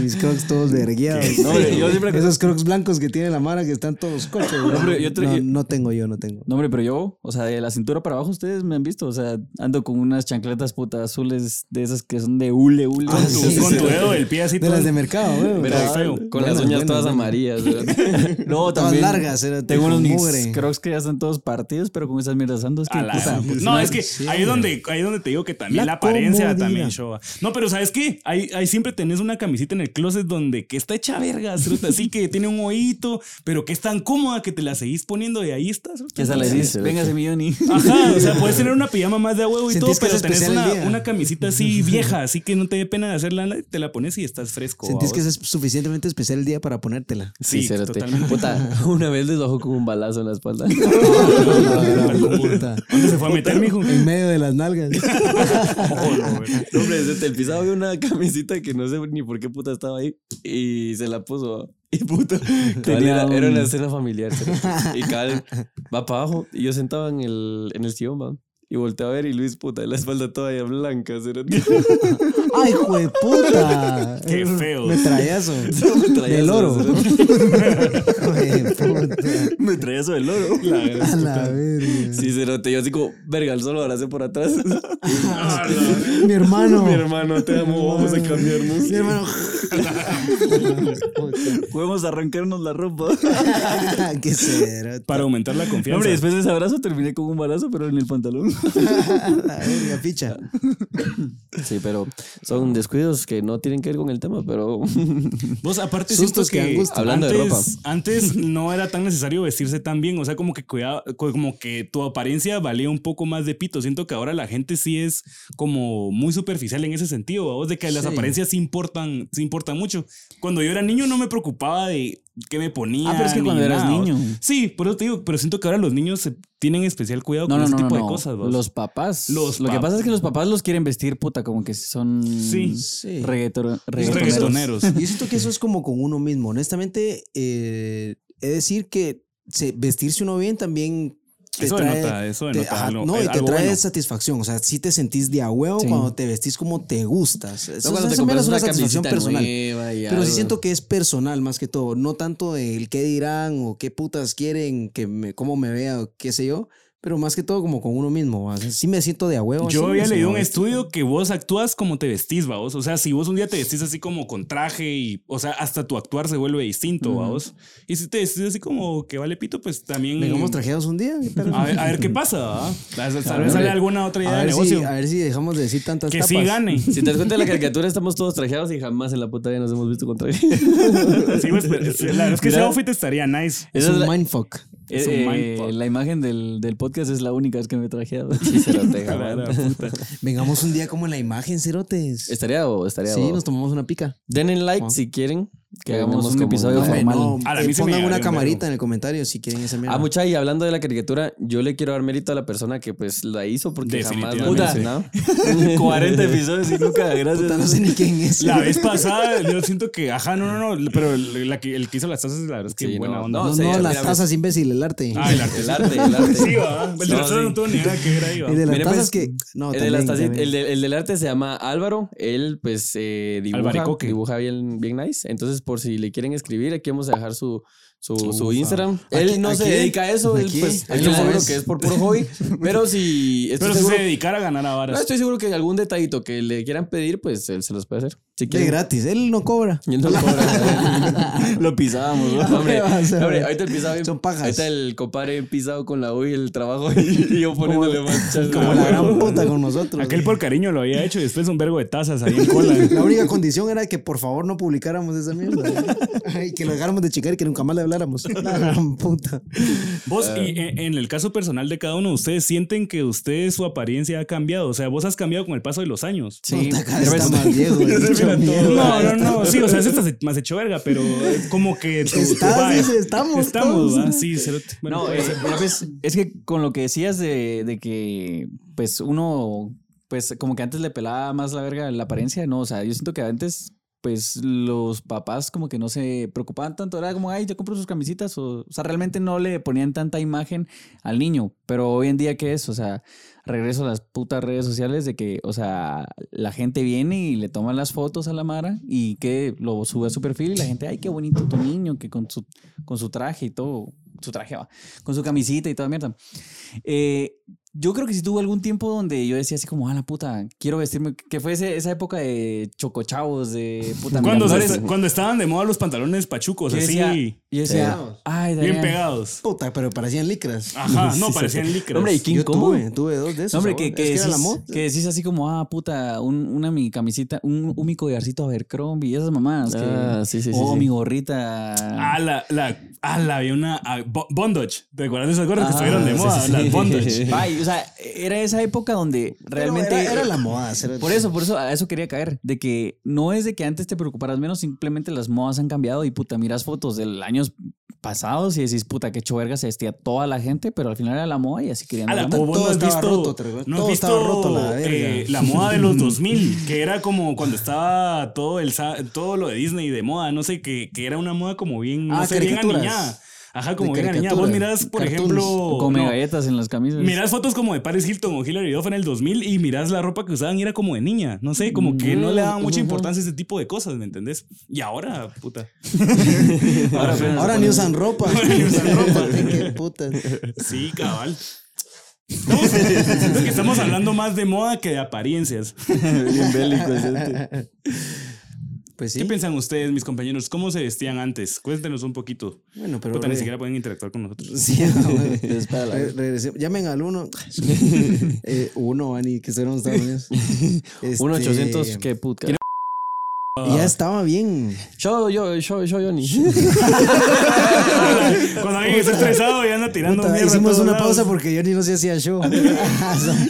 Speaker 2: Mis crocs todos vergueados.
Speaker 1: No, hombre, yo siempre-
Speaker 2: Esos crocs blancos que tiene la Mara que están todos cochos. No,
Speaker 1: hombre, yo tra-
Speaker 2: no, no tengo yo, no tengo.
Speaker 1: No, hombre, pero yo, o sea, de la cintura para abajo ustedes me han visto, o sea, ando con unas chancletas puta azules de esas que son de hule hule.
Speaker 2: Ah,
Speaker 3: Tú,
Speaker 2: sí,
Speaker 3: con
Speaker 2: sí.
Speaker 3: tu dedo del pie así
Speaker 2: De
Speaker 3: todo-
Speaker 2: las de mercado, güey.
Speaker 3: Mira,
Speaker 2: Ah,
Speaker 3: feo.
Speaker 4: Con
Speaker 2: Buenas,
Speaker 4: las uñas
Speaker 2: buenas,
Speaker 4: todas
Speaker 2: buenas.
Speaker 4: amarillas. ¿verdad?
Speaker 1: No,
Speaker 2: Todas
Speaker 1: también
Speaker 2: largas, era
Speaker 1: tengo
Speaker 2: tipo
Speaker 1: unos
Speaker 2: mugre.
Speaker 1: mugre. crocs que ya están todos partidos, pero con esas mierdas ando. Es que,
Speaker 3: A la-
Speaker 1: puta,
Speaker 3: pues, no, es que
Speaker 2: sí,
Speaker 3: ahí es donde, ahí es donde te digo que también
Speaker 2: La
Speaker 3: la, apariencia
Speaker 2: comodidad.
Speaker 3: también showa. No, pero ¿sabes qué? Ahí, ahí siempre tenés una camisita en el closet donde que está hecha verga, cerote, así que tiene un hoyito, pero que es tan cómoda que te la seguís poniendo y ahí estás. cerote.
Speaker 1: que se le
Speaker 4: Sí,
Speaker 1: dice,
Speaker 4: sí.
Speaker 1: véngase mi Johnny.
Speaker 3: Ajá, o sea, puedes tener una pijama más de a huevo y todo,
Speaker 2: Sentís que
Speaker 3: pero
Speaker 2: es
Speaker 3: tenés
Speaker 2: especial el
Speaker 3: una,
Speaker 2: día.
Speaker 3: una camisita así vieja, así que no te dé pena de hacerla, te la pones y estás fresco.
Speaker 2: Sentís
Speaker 3: ¿va
Speaker 2: que
Speaker 3: vos?
Speaker 2: es suficientemente especial el día para ponértela.
Speaker 3: Sí,
Speaker 4: cerote.
Speaker 3: totalmente.
Speaker 4: Puta, una vez les bajó con un balazo en la espalda.
Speaker 2: Puta.
Speaker 3: ¿Dónde se fue a meter, mijo?
Speaker 2: En medio de las nalgas.
Speaker 3: Joder, güey.
Speaker 4: No, Hombre, desde el pisado había una camisita que no sé ni por qué puta estaba ahí y se la puso. Y puta, cabal,
Speaker 1: Tenía
Speaker 4: era,
Speaker 1: un-
Speaker 4: era una escena familiar. cerote. Y cabal, va para abajo y yo sentaba en el, en el sillón, va. Y volteé a ver y Luis, puta, la espalda toda ya blanca, cerote.
Speaker 2: ¡Ay, jueputa!
Speaker 3: Qué feo.
Speaker 2: Me trayazo.
Speaker 4: Me traía
Speaker 2: Del oro.
Speaker 4: cerote.
Speaker 2: Jueputa.
Speaker 1: me traía eso del oro.
Speaker 3: La verdad.
Speaker 2: A la verga.
Speaker 4: Sí, cerote. Yo así como, verga, el solo abracé por atrás.
Speaker 3: Ah, la-
Speaker 2: Mi hermano.
Speaker 4: Mi hermano, te amo, vamos a cambiarnos.
Speaker 2: Mi hermano.
Speaker 1: Podemos arrancarnos la ropa.
Speaker 2: Qué cero.
Speaker 3: Para aumentar la
Speaker 1: No,
Speaker 3: confianza.
Speaker 1: hombre, después de ese abrazo terminé con un balazo, pero en el pantalón.
Speaker 2: La verga, ficha.
Speaker 4: Sí, pero son descuidos que no tienen que ver con el tema, pero
Speaker 3: Vos aparte
Speaker 2: Sustos
Speaker 3: siento
Speaker 2: que dan
Speaker 3: que,
Speaker 2: gusto.
Speaker 4: Hablando de
Speaker 3: antes,
Speaker 4: ropa.
Speaker 3: antes no era tan necesario vestirse tan bien, o sea, como que cuidaba, co- como que tu apariencia valía un poco más de pito. Siento que ahora la gente sí es como muy superficial en ese sentido, vos de que las
Speaker 2: Sí.
Speaker 3: apariencias sí importan, sí importan mucho. Cuando yo era niño no me preocupaba de qué me ponía.
Speaker 1: Ah, pero es que
Speaker 3: ni
Speaker 1: cuando eras
Speaker 3: nada, vos.
Speaker 1: niño.
Speaker 3: Sí, por eso te digo, pero siento que ahora los niños se tienen especial cuidado
Speaker 1: No,
Speaker 3: con
Speaker 1: no,
Speaker 3: ese
Speaker 1: no,
Speaker 3: tipo
Speaker 1: no,
Speaker 3: de
Speaker 1: no.
Speaker 3: cosas. vos.
Speaker 1: Los papás.
Speaker 3: Los
Speaker 1: lo que
Speaker 3: pap-
Speaker 1: pasa es que los papás los quieren vestir puta, como que son
Speaker 3: Sí.
Speaker 2: Sí.
Speaker 1: reggaetor- reggaetoneros.
Speaker 3: reggaetoneros.
Speaker 2: Yo siento que eso es como con uno mismo. Honestamente, eh, es decir que se- vestirse uno bien también. te
Speaker 3: Eso
Speaker 2: trae-
Speaker 3: denota, eso
Speaker 2: te-
Speaker 3: denota
Speaker 2: ajá,
Speaker 3: algo-
Speaker 4: eh,
Speaker 2: no, y te
Speaker 3: eh, algo
Speaker 2: trae
Speaker 3: bueno.
Speaker 2: satisfacción. O sea, si te sentís de a huevo
Speaker 1: Sí.
Speaker 2: cuando te vestís como te gustas. Eso,
Speaker 4: cuando te
Speaker 2: eso mero
Speaker 4: compras
Speaker 2: es una
Speaker 4: una
Speaker 2: satisfacción
Speaker 4: camiseta
Speaker 2: personal.
Speaker 4: nueva y
Speaker 2: Pero sí
Speaker 4: algo.
Speaker 2: siento que es personal más que todo. No tanto el qué dirán o qué putas quieren, que me, cómo me vea o qué sé yo. Pero más que todo como con uno mismo. O sea, sí me siento de a huevo.
Speaker 3: Yo
Speaker 2: así,
Speaker 3: había
Speaker 2: así,
Speaker 3: leído
Speaker 2: ¿no?
Speaker 3: un estudio que vos actúas como te vestís, vaos. O sea, si vos un día te vestís así como con traje y, o sea, hasta tu actuar se vuelve distinto, vaos. Y si te vestís así como que vale pito, pues también.
Speaker 2: Vengamos trajeados un día. ¿qué tal?
Speaker 3: A ver, a ver qué pasa, ¿va? Tal vez- Tal vez
Speaker 4: ver.
Speaker 3: sale alguna otra idea
Speaker 2: A
Speaker 3: de
Speaker 2: ver, si,
Speaker 3: negocio.
Speaker 2: a ver si dejamos de decir tantas
Speaker 3: que
Speaker 2: tapas.
Speaker 3: sí gane.
Speaker 4: Si te das cuenta de la caricatura, estamos todos trajeados y jamás en la puta vida nos hemos visto con traje.
Speaker 3: Sí, pues, pero- la verdad es que ese
Speaker 4: Mira.
Speaker 3: outfit estaría nice.
Speaker 2: Es
Speaker 4: Esa es
Speaker 2: un
Speaker 4: la-
Speaker 2: mindfuck.
Speaker 3: Es un
Speaker 1: Eh,
Speaker 3: mindfuck.
Speaker 1: la imagen del, del podcast es la única vez que me he trajeado.
Speaker 4: Sí, se lo tengo,
Speaker 3: Cara,
Speaker 4: man.
Speaker 3: puta.
Speaker 2: Vengamos un día como en la imagen, cerotes.
Speaker 4: Estaría o estaría
Speaker 2: sí,
Speaker 4: o-
Speaker 2: nos tomamos una pica.
Speaker 4: Den en like
Speaker 2: Ah.
Speaker 4: si quieren que
Speaker 1: Que hagamos un
Speaker 4: hagamos como
Speaker 1: episodio
Speaker 4: una-
Speaker 1: formal.
Speaker 3: A la
Speaker 2: eh,
Speaker 3: mí se me
Speaker 2: pongan
Speaker 3: llegaría
Speaker 2: una
Speaker 3: un
Speaker 2: camarita
Speaker 3: verbo.
Speaker 2: en el comentario si quieren esa mierda.
Speaker 4: Ah, mucha, y hablando de la caricatura, yo le quiero dar mérito a la persona que pues la hizo porque jamás la he
Speaker 3: Definitivamente.
Speaker 4: mencionado.
Speaker 1: 40 episodios y nunca, gracias.
Speaker 2: Puta, no sé ni quién es.
Speaker 3: La vez pasada, yo siento que, ajá, no, no, no, pero el, la que, el que hizo las tazas, la verdad es que
Speaker 4: Sí,
Speaker 3: buena
Speaker 4: no,
Speaker 3: onda.
Speaker 2: no,
Speaker 4: o sea,
Speaker 2: no,
Speaker 4: mira,
Speaker 2: las
Speaker 4: mira,
Speaker 2: tazas, imbécil, el arte.
Speaker 3: Ah, el arte.
Speaker 4: El arte, el arte.
Speaker 3: Sí, va. El de
Speaker 4: No,
Speaker 3: las tazas
Speaker 4: sí.
Speaker 3: no tuvo ni idea que ver ahí, va.
Speaker 2: el de las
Speaker 4: Mira,
Speaker 2: tazas
Speaker 4: pues,
Speaker 2: que. No,
Speaker 4: el, de las
Speaker 2: también,
Speaker 4: tacitas-
Speaker 2: también.
Speaker 4: el de- el del arte se llama Álvaro. Él, pues, eh, dibuja,
Speaker 3: Albaricoque.
Speaker 4: dibuja bien, bien nice. Entonces, por si le quieren escribir, aquí vamos a dejar su, su, su Instagram. Él no
Speaker 2: ¿A
Speaker 4: se
Speaker 2: quién?
Speaker 4: dedica a eso,
Speaker 2: ¿A
Speaker 4: él,
Speaker 2: quién?
Speaker 4: pues
Speaker 2: ¿A
Speaker 4: estoy
Speaker 2: quién?
Speaker 4: seguro que es por puro hobby, pero si estoy
Speaker 3: Pero si
Speaker 4: seguro- Ah,
Speaker 3: se dedicara a ganar a
Speaker 4: no,
Speaker 3: varas.
Speaker 4: estoy seguro que algún detallito que le quieran pedir, pues él se los puede hacer. Si
Speaker 2: De
Speaker 4: quieren.
Speaker 2: gratis, él no cobra.
Speaker 4: Y él no lo cobra.
Speaker 1: Lo pisábamos, ¿no?
Speaker 4: Hombre,
Speaker 2: ¿Qué vas a
Speaker 4: hombre,
Speaker 2: ver?
Speaker 4: ahorita el pisado bien-
Speaker 2: Son pajas.
Speaker 4: Ahorita el compadre pisado con la U y el trabajo y yo poniéndole manchas.
Speaker 2: Como la gran puta con nosotros.
Speaker 3: Aquel por cariño lo había hecho y después un vergo de tazas ahí en cola.
Speaker 2: La única condición era que por favor no publicáramos esa mierda. Y que lo dejáramos de checar y que nunca más le habláramos. La gran puta.
Speaker 3: Vos,
Speaker 1: Ah.
Speaker 3: y en, en el caso personal de cada uno, ¿ustedes sienten que ustedes su apariencia ha cambiado? O sea, vos has cambiado con el paso de los años.
Speaker 1: Sí,
Speaker 2: Puta, cada
Speaker 1: pero
Speaker 2: vez
Speaker 1: ves-
Speaker 2: está más viejo.
Speaker 3: No,
Speaker 2: el dicho mierda.
Speaker 3: no, no, sí, o sea, esta se más hecho verga, pero es como que tu- tu
Speaker 2: Estás,
Speaker 3: vibe.
Speaker 2: dice, estamos
Speaker 3: Estamos,
Speaker 2: todos.
Speaker 3: ¿va? sí, cerote. Bueno,
Speaker 1: No, eh, pero pues, es que con lo que decías de, de que, pues, uno, pues, como que antes le pelaba más la verga la apariencia, no, o sea, yo siento que antes, pues, los papás como que no se preocupaban tanto, era como, ay, yo compro sus camisitas, o, o sea, realmente no le ponían tanta imagen al niño, pero hoy en día, ¿qué es? O sea, regreso a las putas redes sociales de que, o sea, la gente viene y le toman las fotos a la Mara y que lo sube a su perfil y la gente, ay, qué bonito tu niño, que con su, con su traje y todo, su traje va, con su camisita y toda mierda. Eh, yo creo que sí tuve algún tiempo donde yo decía así como, ah, la puta, quiero vestirme, que fue ese- esa época de chocochavos, de puta
Speaker 3: cuando, se-
Speaker 1: miradores,
Speaker 3: cuando estaban de moda los pantalones pachucos,
Speaker 1: que
Speaker 3: así,
Speaker 1: decía- yo decía, ay,
Speaker 3: bien
Speaker 1: Darian".
Speaker 3: pegados.
Speaker 2: Puta, pero parecían licras.
Speaker 3: Ajá, no, parecían licras.
Speaker 1: Hombre, ¿y qué
Speaker 2: Yo
Speaker 1: incómodo?
Speaker 2: tuve, tuve dos de esos.
Speaker 1: No, hombre,
Speaker 2: cabrón.
Speaker 1: que,
Speaker 2: Es
Speaker 1: que,
Speaker 2: era la
Speaker 1: decís,
Speaker 2: moda.
Speaker 1: que decís así como, ah, puta, un- una mi camisita, un, un mi collarcito Abercrombie y esas mamadas. que-
Speaker 4: Ah, sí, sí, sí,
Speaker 1: O
Speaker 4: sí.
Speaker 1: mi gorrita.
Speaker 3: Ah, la, la, ah, la, había una ah, bo- bondage. ¿Te acuerdas de esas gorras que
Speaker 1: Ah,
Speaker 3: estuvieron de
Speaker 1: sí,
Speaker 3: moda?
Speaker 1: sí, sí.
Speaker 3: Las bondage.
Speaker 1: Ay, o sea, era esa época donde
Speaker 2: Pero
Speaker 1: realmente.
Speaker 2: Era, era la moda. cerote.
Speaker 1: Por eso, por eso, a eso quería caer. De que no es de que antes te preocuparas menos, simplemente las modas han cambiado y puta, miras fotos del años pasados y decís, puta, qué choverga se vestía toda la gente, pero al final era la moda y así querían.
Speaker 3: A Ah, la
Speaker 1: andar.
Speaker 3: po- vos no
Speaker 2: Todo
Speaker 3: has
Speaker 2: estaba
Speaker 3: visto,
Speaker 2: roto, te recuerdo.
Speaker 3: no has
Speaker 2: Todo
Speaker 3: visto
Speaker 2: estaba roto, la
Speaker 3: eh,
Speaker 2: verga.
Speaker 3: la moda de los 2000, que era como cuando estaba todo, el, sa- todo lo de Disney de moda, no sé, que, que era una moda como bien, no
Speaker 2: Ah,
Speaker 3: sé, bien
Speaker 2: caricaturas.
Speaker 3: aniñada. Ajá, como
Speaker 2: De
Speaker 3: bien aniñada. Vos
Speaker 2: caricatura,
Speaker 3: mirás, por
Speaker 2: cartoons.
Speaker 3: ejemplo...
Speaker 1: Come
Speaker 3: no,
Speaker 1: galletas en las camisas.
Speaker 3: Mirás fotos como de Paris Hilton o Hillary Duff en el 2000 y mirás la ropa que usaban y era como de niña. No sé, como que no le
Speaker 2: Mm,
Speaker 3: daban mucha importancia a ese tipo de cosas, ¿me entendés? Y ahora, puta.
Speaker 1: Ahora apenas se
Speaker 2: Ahora ni
Speaker 1: ponen-
Speaker 2: usan ropa. Ni usan ropa. Qué putas.
Speaker 3: Sí, cabal. Estamos, siento que estamos hablando más de moda que de apariencias.
Speaker 4: Bien bélico, es este.
Speaker 2: Pues
Speaker 3: ¿Qué
Speaker 2: sí.
Speaker 3: piensan ustedes, mis compañeros? ¿Cómo se vestían antes? Cuéntenos un poquito.
Speaker 2: Bueno, pero.
Speaker 3: Puta, ni
Speaker 2: re-
Speaker 3: siquiera pueden interactuar con nosotros.
Speaker 2: Sí, a huevo.
Speaker 4: Es para la-
Speaker 2: Re- regresé- Llamen al uno. Eh, uno, Ani, que estuvieron en Estados Unidos. Este,
Speaker 4: Un 800, qué puta.
Speaker 2: Ya estaba bien.
Speaker 4: Yo, yo, yo, yo, Johnny.
Speaker 3: Cuando alguien está estresado y anda tirando
Speaker 2: Puta,
Speaker 3: mierda. a
Speaker 2: hicimos
Speaker 3: todos
Speaker 2: una
Speaker 3: lados.
Speaker 2: pausa porque yo ni no se hacía show.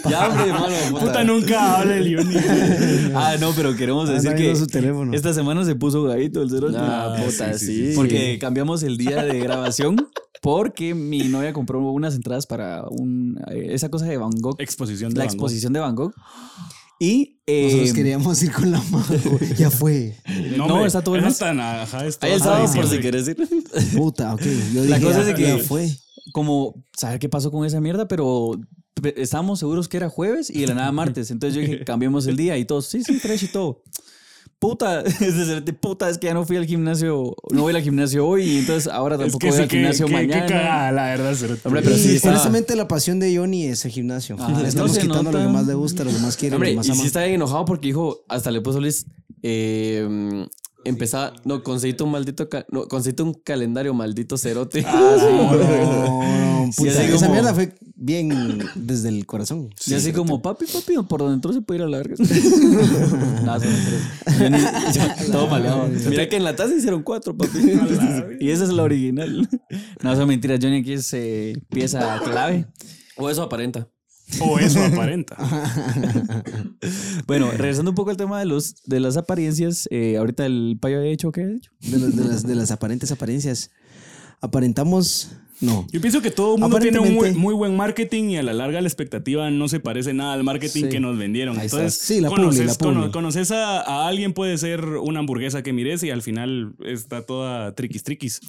Speaker 4: ya, hombre, hermano.
Speaker 3: Puta, nunca habla el Johnny.
Speaker 1: Ah, no, pero queremos
Speaker 2: Anda
Speaker 1: decir
Speaker 2: viendo
Speaker 1: que
Speaker 2: su teléfono.
Speaker 1: esta semana se puso gavito el cerote.
Speaker 4: Ah, puta,
Speaker 3: sí,
Speaker 4: sí.
Speaker 3: sí,
Speaker 1: Porque cambiamos el día de grabación porque mi novia compró unas entradas para un, eh, esa cosa de Van Gogh,
Speaker 3: Exposición de
Speaker 1: la
Speaker 3: Van Gogh.
Speaker 1: exposición de Van Gogh. Y eh,
Speaker 2: Nosotros queríamos ir con la mano. Ya fue.
Speaker 1: No,
Speaker 3: hombre,
Speaker 1: está todo el
Speaker 3: era
Speaker 1: mes.
Speaker 3: tan, ajá, es todo
Speaker 4: Ahí el
Speaker 3: hasta
Speaker 4: sábado, por
Speaker 3: diciembre.
Speaker 4: si quieres ir.
Speaker 2: Puta, ok. Yo
Speaker 1: La
Speaker 2: dije,
Speaker 1: cosa es de
Speaker 2: ya-
Speaker 1: que-
Speaker 2: ya fue.
Speaker 1: como saber qué pasó con esa mierda, pero pe- estábamos seguros que era jueves y de la nada martes. Entonces yo dije, cambiemos el día y todos, sí, sí, fresh y todo. Puta, es decir, de puta, es que ya no fui al gimnasio, no voy al gimnasio hoy, y entonces ahora
Speaker 3: Es
Speaker 1: tampoco
Speaker 3: que
Speaker 1: voy
Speaker 3: sí,
Speaker 1: al
Speaker 3: que-
Speaker 1: gimnasio
Speaker 3: que- que
Speaker 1: mañana.
Speaker 3: cagada, la verdad. cerote.
Speaker 4: Hombre, pero
Speaker 2: y
Speaker 4: sí estaba-
Speaker 2: honestamente la pasión de Johnny es el gimnasio.
Speaker 1: Ah, no
Speaker 2: le estamos
Speaker 1: se
Speaker 2: quitando lo que
Speaker 1: nota.
Speaker 2: más le gusta, lo que más quiere,
Speaker 4: Hombre,
Speaker 2: lo que más
Speaker 4: y
Speaker 2: ama.
Speaker 4: sí estaba bien enojado porque dijo, hasta le puso Luis, eh, empezaba, no, conseguiste un maldito, ca- no, conseguiste un calendario maldito cerote.
Speaker 3: Ah.
Speaker 2: No, no,
Speaker 1: Sí,
Speaker 2: puta,
Speaker 1: así
Speaker 2: esa
Speaker 1: como-
Speaker 2: mierda fue bien desde el corazón.
Speaker 1: Y así como, papi, papi, por donde entró se puede ir a la verga. no, son tres. Yo ni- yo- todo maleado. Mira que en la taza hicieron cuatro, papi. y esa es la original. No, son mentiras. Johnny aquí es eh, pieza clave.
Speaker 4: O eso aparenta.
Speaker 3: O eso aparenta.
Speaker 1: Bueno, regresando un poco al tema de los de las apariencias, eh, ahorita el payo ha hecho, ¿qué ha hecho?
Speaker 2: De las, de las, de las aparentes apariencias. Aparentamos No.
Speaker 3: Yo pienso que todo el mundo tiene un muy,
Speaker 2: Aparentemente-
Speaker 3: muy buen marketing y a la larga la expectativa no se parece nada al marketing
Speaker 2: Sí.
Speaker 3: que nos vendieron.
Speaker 2: Ahí está.
Speaker 3: Entonces,
Speaker 2: Sí, la publi,
Speaker 3: conoces,
Speaker 2: la publi.
Speaker 3: cono- conoces a, a alguien, puede ser una hamburguesa que mires y al final está toda triquis triquis.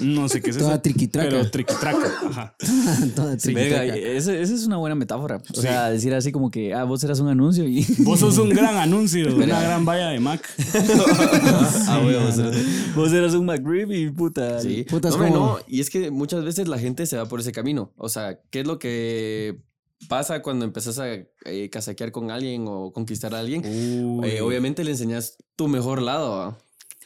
Speaker 3: No sé qué es eso.
Speaker 2: Toda triquitraca.
Speaker 3: Pero triquitraca. Ajá.
Speaker 2: Toda
Speaker 1: Verga,
Speaker 2: triquitraca.
Speaker 1: esa, esa es una buena metáfora. O sea, decir así como que, ah, vos eras un anuncio y...
Speaker 3: Vos sos un gran anuncio, una gran valla de Mac.
Speaker 4: Ah, huevo, cerote.
Speaker 1: vos eras un McRib y puta.
Speaker 4: Sí.
Speaker 2: Putas,
Speaker 4: no, hombre,
Speaker 2: ¿cómo?
Speaker 4: no. Y es que muchas veces la gente se va por ese camino. O sea, ¿qué es lo que pasa cuando empezás a eh, casaquear con alguien o conquistar a alguien? Eh, obviamente le enseñas tu mejor lado. ¿va?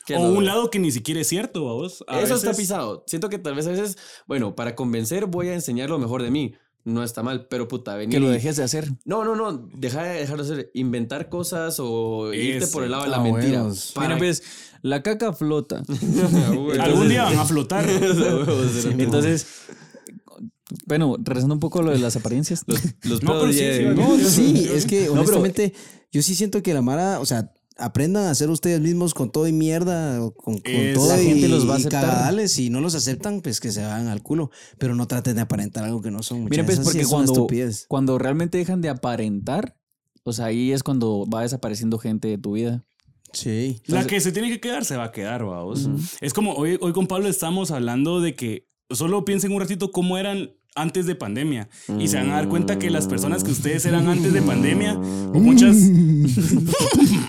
Speaker 4: Que
Speaker 3: O
Speaker 4: lo-
Speaker 3: un lado que ni siquiera es cierto, ¿va vos. A
Speaker 4: Eso está
Speaker 3: veces-
Speaker 4: pisado. Siento que tal vez a veces, bueno, para convencer voy a enseñar lo mejor de mí. No está mal, pero puta, venir.
Speaker 1: Que lo
Speaker 4: y-
Speaker 1: dejes de hacer.
Speaker 4: No, no, no. Deja de dejarlo hacer. Inventar cosas o irte
Speaker 3: Eso.
Speaker 4: por el lado de la
Speaker 2: Ah,
Speaker 4: mentira.
Speaker 2: huevos.
Speaker 4: Para-
Speaker 1: Mira, pues, la caca flota.
Speaker 3: Algún día van a flotar.
Speaker 2: Oh,
Speaker 1: Entonces, bueno, regresando un poco a lo de las apariencias.
Speaker 4: Los
Speaker 3: No,
Speaker 4: pedos
Speaker 3: pero sí,
Speaker 4: ya-
Speaker 3: sí,
Speaker 4: no,
Speaker 2: No,
Speaker 3: Yo-
Speaker 2: sí,
Speaker 3: yo-
Speaker 2: es que
Speaker 1: No, pero-
Speaker 2: honestamente yo sí siento que la Mara, o sea, aprendan a ser ustedes mismos con todo y mierda, o con, con
Speaker 3: Es-
Speaker 2: todo
Speaker 1: La
Speaker 2: y,
Speaker 1: gente los va a
Speaker 2: y
Speaker 1: aceptar.
Speaker 2: cagadales, si no los aceptan, pues que se van al culo, pero no traten de aparentar algo que no son.
Speaker 1: Miren,
Speaker 2: Miren,
Speaker 1: pues, porque cuando,
Speaker 2: estupidez.
Speaker 1: cuando realmente dejan de aparentar, o sea, ahí es cuando va desapareciendo gente de tu vida.
Speaker 2: Sí.
Speaker 3: La que se tiene que quedar se va a quedar, vamos. Es como hoy, hoy con Pablo estamos hablando de que solo piensen un ratito cómo eran antes de pandemia y se van a dar cuenta que las personas que ustedes eran antes de pandemia,
Speaker 1: Mm.
Speaker 3: o muchas,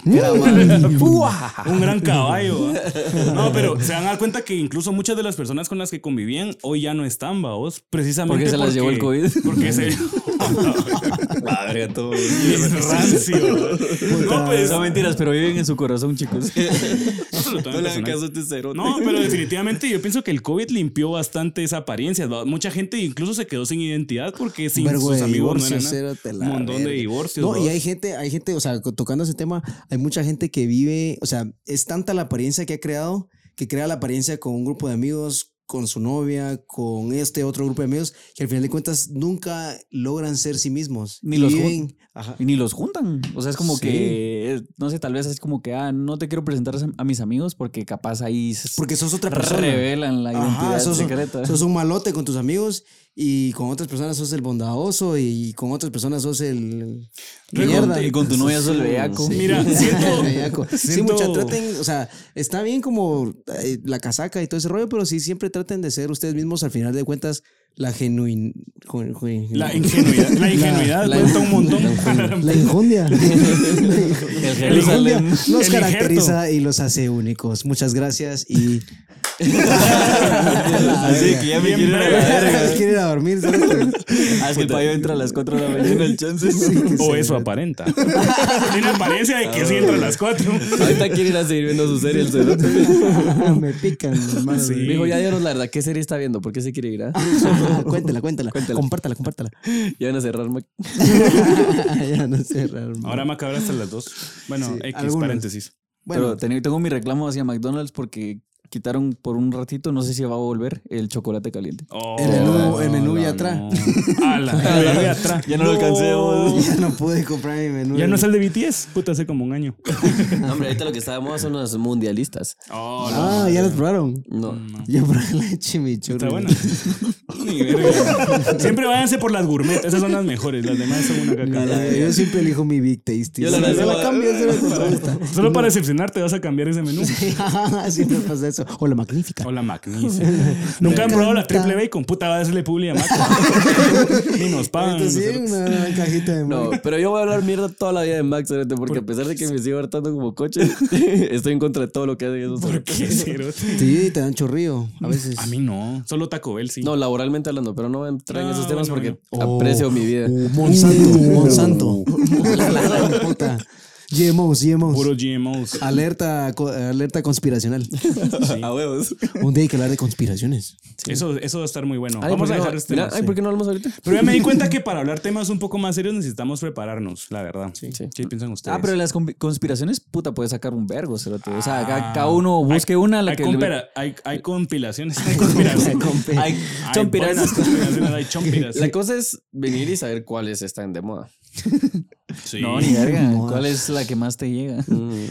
Speaker 3: un gran caballo. ¿va? No, pero se van a dar cuenta que incluso muchas de las personas con las que convivían hoy ya no están, vamos. Precisamente
Speaker 1: Porque se las llevó el COVID.
Speaker 3: Porque se.
Speaker 4: la verga, todo.
Speaker 3: es rancio. No, pues.
Speaker 1: Son mentiras, pero viven en su corazón, chicos.
Speaker 3: no se lo tomen
Speaker 4: No le hagan
Speaker 3: personal.
Speaker 4: caso a este cerote.
Speaker 3: No, pero definitivamente yo pienso que el COVID limpió bastante esa apariencia. ¿va? Mucha gente incluso se quedó sin identidad porque sin
Speaker 2: Vergüe
Speaker 3: sus
Speaker 2: de
Speaker 3: amigos no
Speaker 2: divorcios,
Speaker 3: eran
Speaker 2: cérate la
Speaker 3: un montón de
Speaker 2: verga.
Speaker 3: divorcios.
Speaker 2: No, y
Speaker 3: ¿va?
Speaker 2: hay gente, hay gente, o sea, co- tocando ese tema, hay mucha gente que vive, o sea, es tanta la apariencia que ha creado, que crea la apariencia con un grupo de amigos, con su novia, con este otro grupo de amigos, que al final de cuentas nunca logran ser sí mismos.
Speaker 1: Ni
Speaker 2: Y
Speaker 1: los
Speaker 2: viven, ajá,
Speaker 1: Y ni los juntan. O sea, es como
Speaker 2: Sí.
Speaker 1: que, eh, no sé, tal vez es como que, ah, no te quiero presentar a- a mis amigos porque capaz ahí se
Speaker 2: porque sos otra persona.
Speaker 1: revelan la identidad
Speaker 2: Ajá, sos,
Speaker 1: secreta.
Speaker 2: sos un malote con tus amigos y con otras personas sos el bondadoso y con otras personas sos el...
Speaker 1: y, con, y con tu novia sos el bellaco.
Speaker 3: Sí. Mira, siento-
Speaker 2: Bellaco. Sí,
Speaker 3: siento-
Speaker 2: mucha, traten, o sea, está bien como eh, la casaca y todo ese rollo, pero sí siempre traten de ser ustedes mismos al final de cuentas la genuin... ju- ju-
Speaker 3: La ingenuidad, la ingenuidad
Speaker 2: la-
Speaker 3: cuenta un montón.
Speaker 2: La injundia.
Speaker 1: El
Speaker 2: La injundia
Speaker 1: Jerusalén.
Speaker 2: nos
Speaker 3: El
Speaker 2: caracteriza y los hace únicos. Muchas gracias y. Así
Speaker 4: que ya me
Speaker 3: Bien
Speaker 4: quiero ir a la
Speaker 3: breve.
Speaker 2: Quiere ir a dormir. ¿sí?
Speaker 1: Ah, es que el payo entra a las 4 de la mañana, el chance.
Speaker 3: o eso aparenta. Tiene apariencia de que sí entra a las cuatro.
Speaker 4: Ahorita quiere ir a seguir viendo su serie el cerote.
Speaker 2: Me pican, hermano.
Speaker 3: Sí.
Speaker 4: Dijo, ya dieron la verdad, ¿qué serie está viendo? ¿Por qué se quiere ir? ah?
Speaker 2: cuéntala, cuéntala, Compártala, compártala.
Speaker 4: Ya van a cerrar. Mac.
Speaker 2: ya no sé, raro.
Speaker 3: Ahora macabra hasta las dos. Bueno,
Speaker 2: Sí,
Speaker 3: X
Speaker 2: algunos.
Speaker 3: paréntesis.
Speaker 1: Pero tengo, tengo mi reclamo hacia McDonald's porque quitaron por un ratito, no sé si va a volver, el chocolate caliente.
Speaker 3: Oh,
Speaker 2: El menú- el menú ya
Speaker 3: la
Speaker 2: atrás.
Speaker 3: no. A la- el menú ya atrás.
Speaker 1: Ya no lo alcancé, vos.
Speaker 2: Ya no pude comprar mi menú.
Speaker 3: Ya no es el de BTS. Puta, hace como un año.
Speaker 4: No, hombre, ahorita lo que está de moda son los mundialistas.
Speaker 3: Oh, la-
Speaker 2: Ah, ya los probaron.
Speaker 4: No.
Speaker 3: Mm,
Speaker 2: Yo probé la chimichurri.
Speaker 3: Está buena. Ni verga. Siempre váyanse por las gourmet. Esas son las mejores. Las demás son una
Speaker 2: Ya,
Speaker 3: caca.
Speaker 2: yo siempre elijo mi Big Tasty.
Speaker 4: Yo la
Speaker 2: Sí,
Speaker 4: verdad
Speaker 2: no
Speaker 4: sí
Speaker 2: la
Speaker 4: voy a-
Speaker 2: cambio, esa era tu respuesta.
Speaker 3: Solo para decepcionarte vas a cambiar ese menú.
Speaker 2: Siempre pasa eso. O la magnífica.
Speaker 3: O la magnífica. Nunca han probado la triple bacon. Puta, va a decirle publi a Mac. Ni nos pagan.
Speaker 2: Ahorita sí,
Speaker 3: nosotros.
Speaker 2: una gran cajita de
Speaker 4: No,
Speaker 2: Mac.
Speaker 4: pero yo voy a hablar mierda toda la vida de Max, cerote, porque a pesar de que me sigo hartando como coche, estoy en contra de todo lo que hacen esos
Speaker 3: ¿Por
Speaker 4: cerotes.
Speaker 3: qué, cerote?
Speaker 2: Sí, te dan chorrío a veces.
Speaker 3: A mí no. Solo Taco Bell, sí.
Speaker 4: No, laboralmente hablando, pero no me traen
Speaker 3: No,
Speaker 4: esos temas
Speaker 3: Ah, bueno, Oh,
Speaker 4: porque aprecio mi vida.
Speaker 2: Monsanto, Monsanto. La gran puta. GMOs, GMOs.
Speaker 3: Puro GMOs.
Speaker 2: Alerta, co- alerta conspiracional.
Speaker 4: A huevos.
Speaker 2: Un día hay que hablar de conspiraciones.
Speaker 3: Eso, eso va a estar muy bueno.
Speaker 4: Ay,
Speaker 3: Vamos a
Speaker 4: ¿por qué no?
Speaker 3: dejar este.
Speaker 4: Mira,
Speaker 3: tema,
Speaker 4: ay,
Speaker 3: sí.
Speaker 4: ¿por qué no hablamos ahorita?
Speaker 3: Pero ya me di cuenta que para hablar temas un poco más serios necesitamos prepararnos, la verdad. Sí,
Speaker 4: Sí.
Speaker 3: piensan ustedes.
Speaker 1: Ah, pero las compi- conspiraciones, puta, puedes sacar un vergo, cerote. O sea, acá
Speaker 2: Ah.
Speaker 1: cada uno busque una la
Speaker 3: Ah. hay,
Speaker 1: que... le-
Speaker 3: compera- hay, hay compilaciones. Hay conspiraciones.
Speaker 1: Hay chompiras.
Speaker 3: buenas conspiraciones, hay chompiras.
Speaker 4: La cosa es venir y saber cuáles están de moda.
Speaker 3: Sí.
Speaker 1: No, Mm. ni verga.
Speaker 2: Modas.
Speaker 1: ¿Cuál es la que más te llega?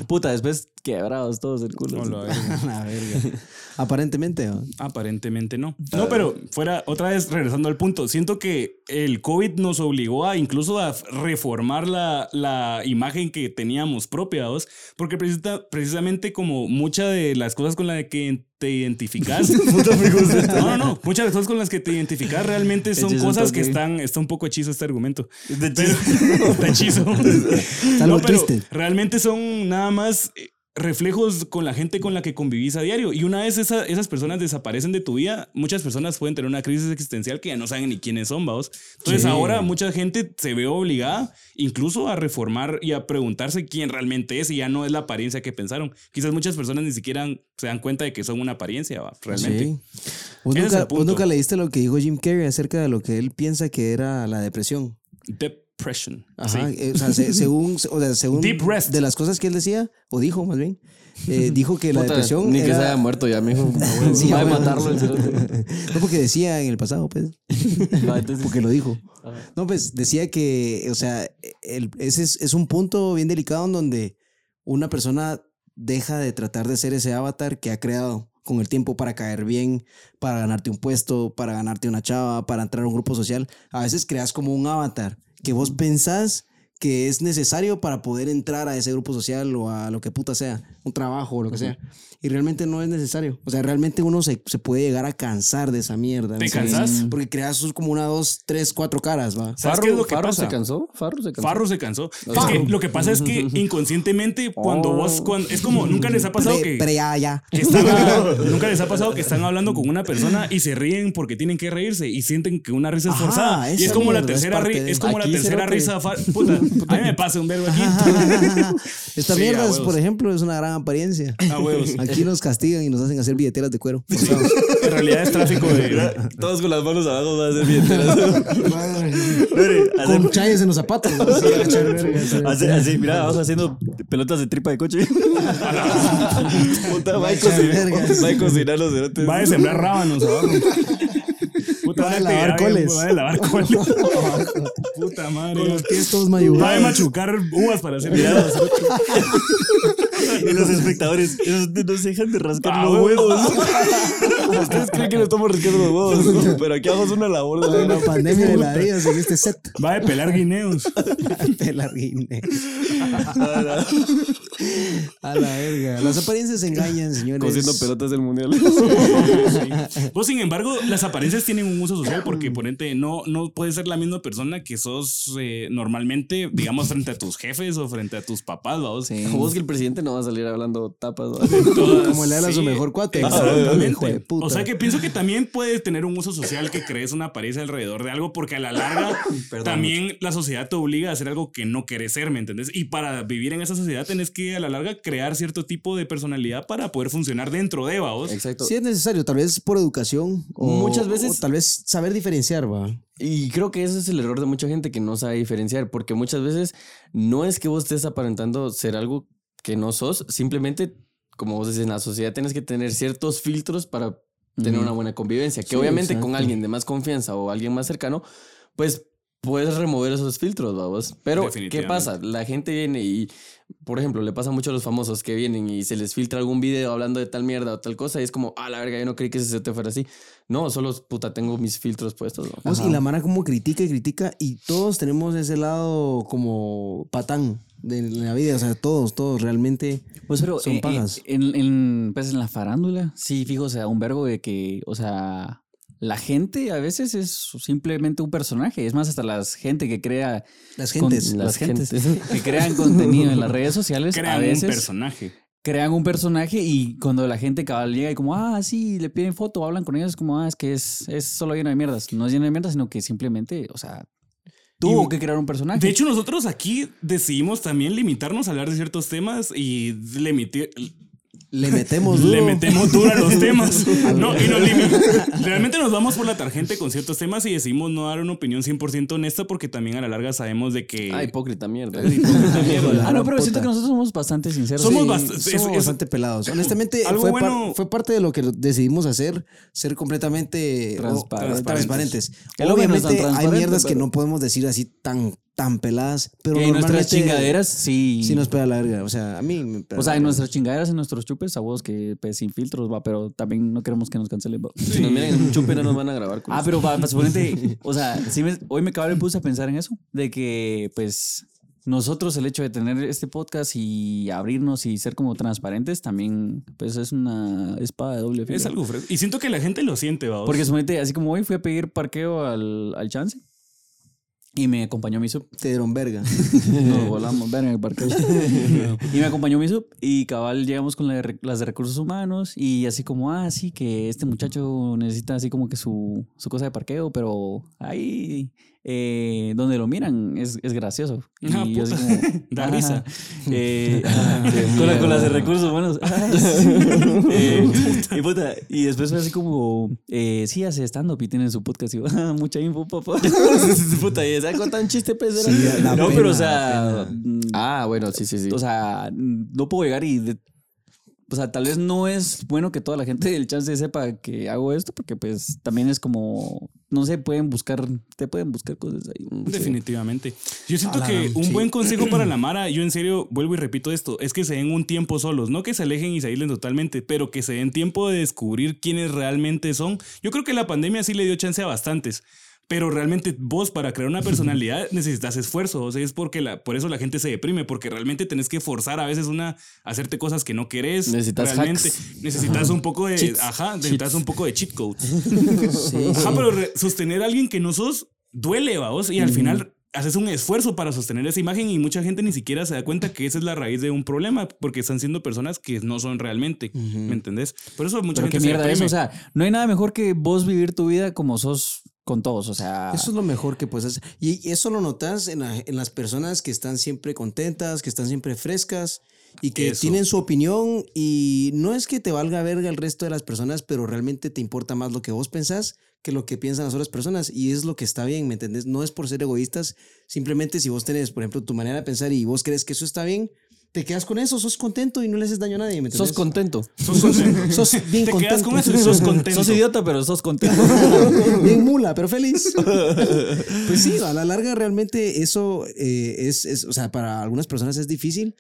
Speaker 1: Puta, después quebrados todos el culo.
Speaker 3: No, la verga.
Speaker 2: La verga. Aparentemente. ¿no?
Speaker 3: Aparentemente no. No, pero fuera, otra vez regresando al punto, siento que el COVID nos obligó a incluso a reformar la, la imagen que teníamos propia, ¿vos? porque precisa- precisamente como muchas de las cosas con las que te identificas, no, no, no, muchas de las cosas con las que te identificas realmente son
Speaker 1: Hechizo
Speaker 3: cosas que
Speaker 1: toque.
Speaker 3: están, está un poco hechizo este argumento. Pero- está hechizo.
Speaker 2: algo
Speaker 3: No, pero
Speaker 2: triste.
Speaker 3: realmente son nada más eh, reflejos con la gente con la que convivís a diario. Y una vez esa- esas personas desaparecen de tu vida, muchas personas pueden tener una crisis existencial que ya no saben ni quiénes son, vaos. Entonces
Speaker 2: Sí.
Speaker 3: ahora mucha gente se ve obligada incluso a reformar y a preguntarse quién realmente es y ya no es la apariencia que pensaron. Quizás muchas personas ni siquiera se dan cuenta de que son una apariencia, va, realmente.
Speaker 2: Sí. ¿Vos,
Speaker 3: Ese es
Speaker 2: nunca,
Speaker 3: el
Speaker 2: vos
Speaker 3: punto.
Speaker 2: nunca leíste lo que dijo Jim Carrey acerca de lo que él piensa que era la depresión.
Speaker 3: Depression.
Speaker 2: Ajá.
Speaker 3: Sí.
Speaker 2: eh, o sea, se- según, o sea, según
Speaker 3: Deep rest.
Speaker 2: de las cosas que él decía, o dijo más bien, eh, dijo que la
Speaker 4: Puta,
Speaker 2: depresión.
Speaker 4: Ni que
Speaker 2: era-
Speaker 4: se haya muerto ya, mijo.
Speaker 2: Sí,
Speaker 4: Va a
Speaker 2: bueno,
Speaker 4: matarlo el
Speaker 2: sí.
Speaker 4: cerote.
Speaker 2: No, porque decía en el pasado, pues.
Speaker 4: Ah,
Speaker 2: porque lo dijo. No, pues decía que, o sea, el- ese es, es un punto bien delicado en donde una persona deja de tratar de ser ese avatar que ha creado con el tiempo para caer bien, para ganarte un puesto, para ganarte una chava, para entrar a un grupo social. A veces creas como un avatar que vos pensás que es necesario para poder entrar a ese grupo social o a lo que puta sea, un trabajo o lo que sea. Y realmente no es necesario. O sea, realmente uno se, se puede llegar a cansar de esa mierda.
Speaker 3: ¿Te
Speaker 2: ¿sí?
Speaker 3: cansás? Mm.
Speaker 2: Porque creas como una, dos, tres, cuatro caras, ¿va?
Speaker 3: ¿Sabes qué es lo que pasa?
Speaker 4: se cansó? ¿Farro se cansó?
Speaker 3: Farro se cansó. Es
Speaker 4: Farro.
Speaker 3: que lo que pasa es que inconscientemente cuando
Speaker 4: Oh.
Speaker 3: vos cuando es como nunca les ha pasado
Speaker 2: Pre-
Speaker 3: que
Speaker 2: pre- ah, ya.
Speaker 3: que están- nunca les ha pasado que están hablando con una persona y se ríen porque tienen que reírse y sienten que una risa es
Speaker 2: Ajá,
Speaker 3: forzada. y es
Speaker 2: esa
Speaker 3: como la
Speaker 2: mierda es
Speaker 3: tercera
Speaker 2: parte
Speaker 3: ri-
Speaker 2: de-
Speaker 3: es como la
Speaker 4: Aquí,
Speaker 3: tercera
Speaker 4: cerote.
Speaker 3: risa far- puta, a mí me pasa un verbo aquí.
Speaker 2: Esta
Speaker 3: Sí, a
Speaker 2: mierda,
Speaker 3: huevos.
Speaker 2: por ejemplo, es una gran apariencia.
Speaker 3: A huevos.
Speaker 2: Aquí nos castigan y nos hacen hacer billeteras de cuero.
Speaker 3: En realidad es tráfico de
Speaker 4: Todos con las manos abajo va a ser bien. terazo.
Speaker 2: Con chayes en los zapatos. ¿no? Sí, a echar vergas.
Speaker 1: Así, así, mira, vamos haciendo pelotas de tripa de coche.
Speaker 4: Puta, va a
Speaker 2: Vaya verga.
Speaker 4: cocinar- va a cocinar los cerotes.
Speaker 3: va a sembrar rábanos abajo. Puta,
Speaker 2: Va a
Speaker 3: una
Speaker 2: lavar
Speaker 3: actividad,
Speaker 2: coles.
Speaker 3: Va a lavar coles. Puta madre.
Speaker 2: Con los pies todos
Speaker 3: Va a
Speaker 2: mayugados.
Speaker 3: machucar uvas para hacer miradas.
Speaker 1: Y los espectadores, esos no se dejan de rascar
Speaker 3: Ah,
Speaker 1: los
Speaker 3: huevo.
Speaker 1: huevos.
Speaker 4: Ustedes creen que nos estamos rascando los huevos, ¿no? pero aquí abajo es una labor de
Speaker 2: La pandemia de la vida en este set.
Speaker 3: Va a pelar guineos.
Speaker 2: Te la guiné. A la verga. Las apariencias engañan, señores.
Speaker 4: Cociendo pelotas del mundial.
Speaker 3: Pues, sin embargo, las apariencias tienen un uso social porque,
Speaker 2: Mm.
Speaker 3: ponente, no, no puedes ser la misma persona que sos eh, normalmente, digamos, frente a tus jefes o frente a tus papás, ¿vaos?
Speaker 4: Vos que el presidente no va a salir hablando tapas. ¿no?
Speaker 3: Todas-
Speaker 2: Como le habla a su mejor cuate.
Speaker 3: Exactamente.
Speaker 2: Hijo de puta.
Speaker 3: O sea que pienso que también puedes tener un uso social que crees una apariencia alrededor de algo, porque a la larga también la sociedad te obliga a hacer algo que no querés ser, ¿me entendés? Y para vivir en esa sociedad tenés que a la larga crear cierto tipo de personalidad para poder funcionar dentro de vaos.
Speaker 4: Exacto.
Speaker 2: Si es necesario, tal vez por educación. O,
Speaker 4: Muchas veces-
Speaker 2: o tal vez saber diferenciar, va.
Speaker 4: Y creo que ese es el error de mucha gente que no sabe diferenciar, porque muchas veces no es que vos estés aparentando ser algo que no sos, simplemente, como vos decís, en la sociedad tienes que tener ciertos filtros para tener una buena convivencia, que
Speaker 2: Sí,
Speaker 4: obviamente con
Speaker 2: exacto.
Speaker 4: alguien de más confianza o alguien más cercano, pues puedes remover esos filtros, vamos. Pero, ¿qué
Speaker 3: Definitivamente.
Speaker 4: pasa? La gente viene y, por ejemplo, le pasa mucho a los famosos que vienen y se les filtra algún video hablando de tal mierda o tal cosa y es como, ah, la verga, yo no creí que ese se te fuera así. No, solo, puta, tengo mis filtros puestos. ¿no?
Speaker 2: Vos, Y la mara como critica y critica y todos tenemos ese lado como patán de la vida. O sea, todos, todos realmente.
Speaker 1: Pues pero
Speaker 2: Son
Speaker 1: eh, eh,
Speaker 2: pajas.
Speaker 1: en, en, pues en la farándula, sí, fijo, o sea, un vergo de que, o sea, la gente a veces es simplemente un personaje. Es más, hasta la gente que crea
Speaker 2: Las
Speaker 1: con-
Speaker 2: gentes.
Speaker 1: las
Speaker 4: Las
Speaker 1: gentes
Speaker 4: gentes.
Speaker 1: que crean contenido en las redes sociales a
Speaker 3: Crean un
Speaker 1: veces
Speaker 3: personaje.
Speaker 1: crean un personaje y cuando la gente cabal llega y como, ah, sí, le piden foto, hablan con ellos, es como, ah, es que es, es solo lleno de mierdas. No es lleno de mierdas, sino que simplemente, o sea, tuvo
Speaker 3: Y-
Speaker 1: que crear un personaje.
Speaker 3: De hecho, nosotros aquí decidimos también limitarnos a hablar de ciertos temas y le, meti-
Speaker 2: Le metemos duro.
Speaker 3: le metemos duro a los temas. No, y nos limi- Realmente nos vamos por la tarjeta con ciertos temas y decidimos no dar una opinión 100% honesta porque también a la larga sabemos de que...
Speaker 4: Ah, hipócrita, mierda.
Speaker 1: ah, no,
Speaker 2: gran
Speaker 1: pero siento
Speaker 2: puta.
Speaker 1: que nosotros somos bastante sinceros.
Speaker 3: Somos
Speaker 1: Sí.
Speaker 3: bast-
Speaker 2: somos
Speaker 3: es- es-
Speaker 2: bastante pelados. Honestamente,
Speaker 3: Algo
Speaker 2: fue, par-
Speaker 3: bueno-
Speaker 2: fue parte de lo que decidimos hacer, ser completamente o-
Speaker 1: Transparentes.
Speaker 2: transparentes.
Speaker 1: Que luego no es tan
Speaker 2: Obviamente hay
Speaker 1: transparente,
Speaker 2: mierdas que
Speaker 1: pero-
Speaker 2: no podemos decir así tan tan peladas, pero
Speaker 1: en nuestras
Speaker 2: normalmente
Speaker 1: chingaderas, sí.
Speaker 2: sí nos pega la verga. O sea, a mí me pega
Speaker 1: o sea,
Speaker 2: la
Speaker 1: en
Speaker 2: verga.
Speaker 1: nuestras chingaderas, en nuestros chupes, a vos que pues, sin filtros, va, pero también no queremos que nos cancelen. va.
Speaker 4: Si nos miran en un chupe no nos van a grabar.
Speaker 1: Ah, pero para, suponerte, o sea, sí me- hoy me cabrón puse a pensar en eso, de que pues nosotros el hecho de tener este podcast y abrirnos y ser como transparentes también pues es una espada de doble filo.
Speaker 3: Es algo fresco. Y siento que la gente lo siente, vamos.
Speaker 1: Porque suponete, así como hoy fui a pedir parqueo al, al chance y me acompañó mi sub.
Speaker 2: Te dieron verga.
Speaker 1: Nos volamos, ver en el parqueo. y me acompañó mi sub y cabal llegamos con la de re- las de recursos humanos y así como, ah, sí, que este muchacho necesita así como que su, su cosa de parqueo, pero ahí eh, donde lo miran es, es gracioso. Y
Speaker 3: Ah,
Speaker 1: yo así
Speaker 3: puta.
Speaker 1: como,
Speaker 3: Da
Speaker 1: "Ah,
Speaker 3: risa.
Speaker 1: eh, ah, con, la- con las de recursos humanos. Ah, sí. Eh, y, puta, y después fue así como, eh, sí, hace stand-up y tienen su podcast. Y yo, "Ah, mucha info, papá.
Speaker 4: puta, ¿y esa cuánta un chiste pues
Speaker 2: Sí,
Speaker 4: era?
Speaker 2: la
Speaker 1: no,
Speaker 2: pena,
Speaker 1: pero o sea,
Speaker 2: la
Speaker 1: mm,
Speaker 4: Ah, bueno, sí, sí, sí.
Speaker 1: o sea, mm, no puedo llegar y... de- o sea, tal vez no es bueno que toda la gente del chance sepa que hago esto, porque pues también es como, no sé, pueden buscar, te pueden buscar cosas ahí.
Speaker 3: Definitivamente. Yo siento
Speaker 2: Ala,
Speaker 3: que un
Speaker 2: sí.
Speaker 3: buen consejo para la Mara, yo en serio vuelvo y repito esto, es que se den un tiempo solos, no que se alejen y se aíslen totalmente, pero que se den tiempo de descubrir quiénes realmente son. Yo creo que la pandemia sí le dio chance a bastantes. Pero realmente vos para crear una personalidad necesitas esfuerzo, o sea, es porque la, por eso la gente se deprime, porque realmente tenés que forzar a veces una, hacerte cosas que no querés.
Speaker 4: Necesitas
Speaker 3: realmente
Speaker 4: hacks.
Speaker 3: necesitas un poco de,
Speaker 4: Cheats.
Speaker 3: ajá, necesitas un poco de cheat codes. Ajá, pero re- sostener a alguien que no sos duele, vaos. Y al final haces un esfuerzo para sostener esa imagen y mucha gente ni siquiera se da cuenta que esa es la raíz de un problema porque están siendo personas que no son realmente. ¿Me entendés? Por eso mucha
Speaker 1: Pero
Speaker 3: gente
Speaker 1: qué
Speaker 3: se
Speaker 1: mierda eso,
Speaker 3: deprime.
Speaker 1: o sea, no hay nada mejor que vos vivir tu vida como sos con todos, o sea...
Speaker 2: Eso es lo mejor que puedes hacer. Y eso lo notas en, la- en las personas que están siempre contentas, que están siempre frescas y que
Speaker 3: Eso.
Speaker 2: tienen su opinión. Y no es que te valga verga el resto de las personas, pero realmente te importa más lo que vos pensás que lo que piensan las otras personas. Y es lo que está bien, ¿me entendés? No es por ser egoístas. Simplemente si vos tenés, por ejemplo, tu manera de pensar y vos crees que eso está bien, te quedas con eso, sos contento y no le haces daño a nadie, ¿me entendés?
Speaker 4: Sos contento.
Speaker 3: Sos contento.
Speaker 2: Sos bien
Speaker 3: Te quedas con
Speaker 2: contento.
Speaker 3: eso y sos contento.
Speaker 1: Sos idiota, pero sos contento.
Speaker 2: Bien mula, pero feliz. Pues sí, a la larga realmente eso eh, es, es- o sea, para algunas personas es difícil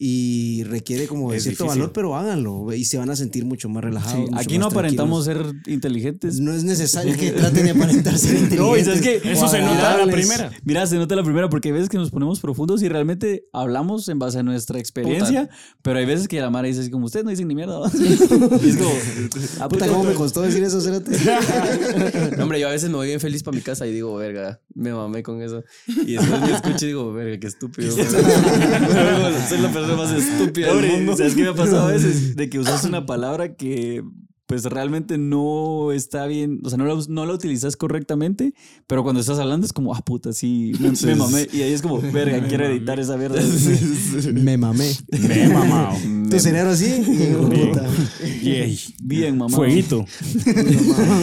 Speaker 2: y requiere como de
Speaker 3: Es
Speaker 2: cierto
Speaker 3: difícil.
Speaker 2: valor, pero háganlo y se van a sentir mucho más relajados. mucho
Speaker 1: Aquí
Speaker 2: más
Speaker 1: no aparentamos
Speaker 2: tranquilos.
Speaker 1: ser inteligentes.
Speaker 2: No es necesario que traten de aparentar ser
Speaker 1: No, y
Speaker 2: inteligentes.
Speaker 1: sabes que
Speaker 3: Eso se nota a la primera.
Speaker 1: Mira, se nota la primera porque hay veces que nos ponemos profundos y realmente hablamos en base a nuestra experiencia, pero hay veces que la Mara dice así como ustedes no dicen ni mierda. ¿va?" y es como, ah,
Speaker 2: Puta,
Speaker 1: puta,
Speaker 2: ¿cómo me costó decir eso, Cérate?
Speaker 4: No, hombre, yo a veces me voy bien feliz para mi casa y digo, verga, me mamé con eso. Y después me escucho y digo, verga, qué estúpido. Soy la persona más estúpida
Speaker 1: Pobre,
Speaker 4: del mundo.
Speaker 1: ¿Sabes qué me ha pasado a veces? De que usas una palabra que pues realmente no está bien, o sea, no la, us- no la utilizas correctamente, pero cuando estás hablando es como, ah, puta, sí, me, me mamé. Y ahí es como, verga, quiero editar esa mierda.
Speaker 2: me mamé.
Speaker 3: Me he mamado.
Speaker 2: Tu cerebro así. hijo de puta.
Speaker 3: Yay.
Speaker 1: Bien, mamá.
Speaker 3: Fueguito.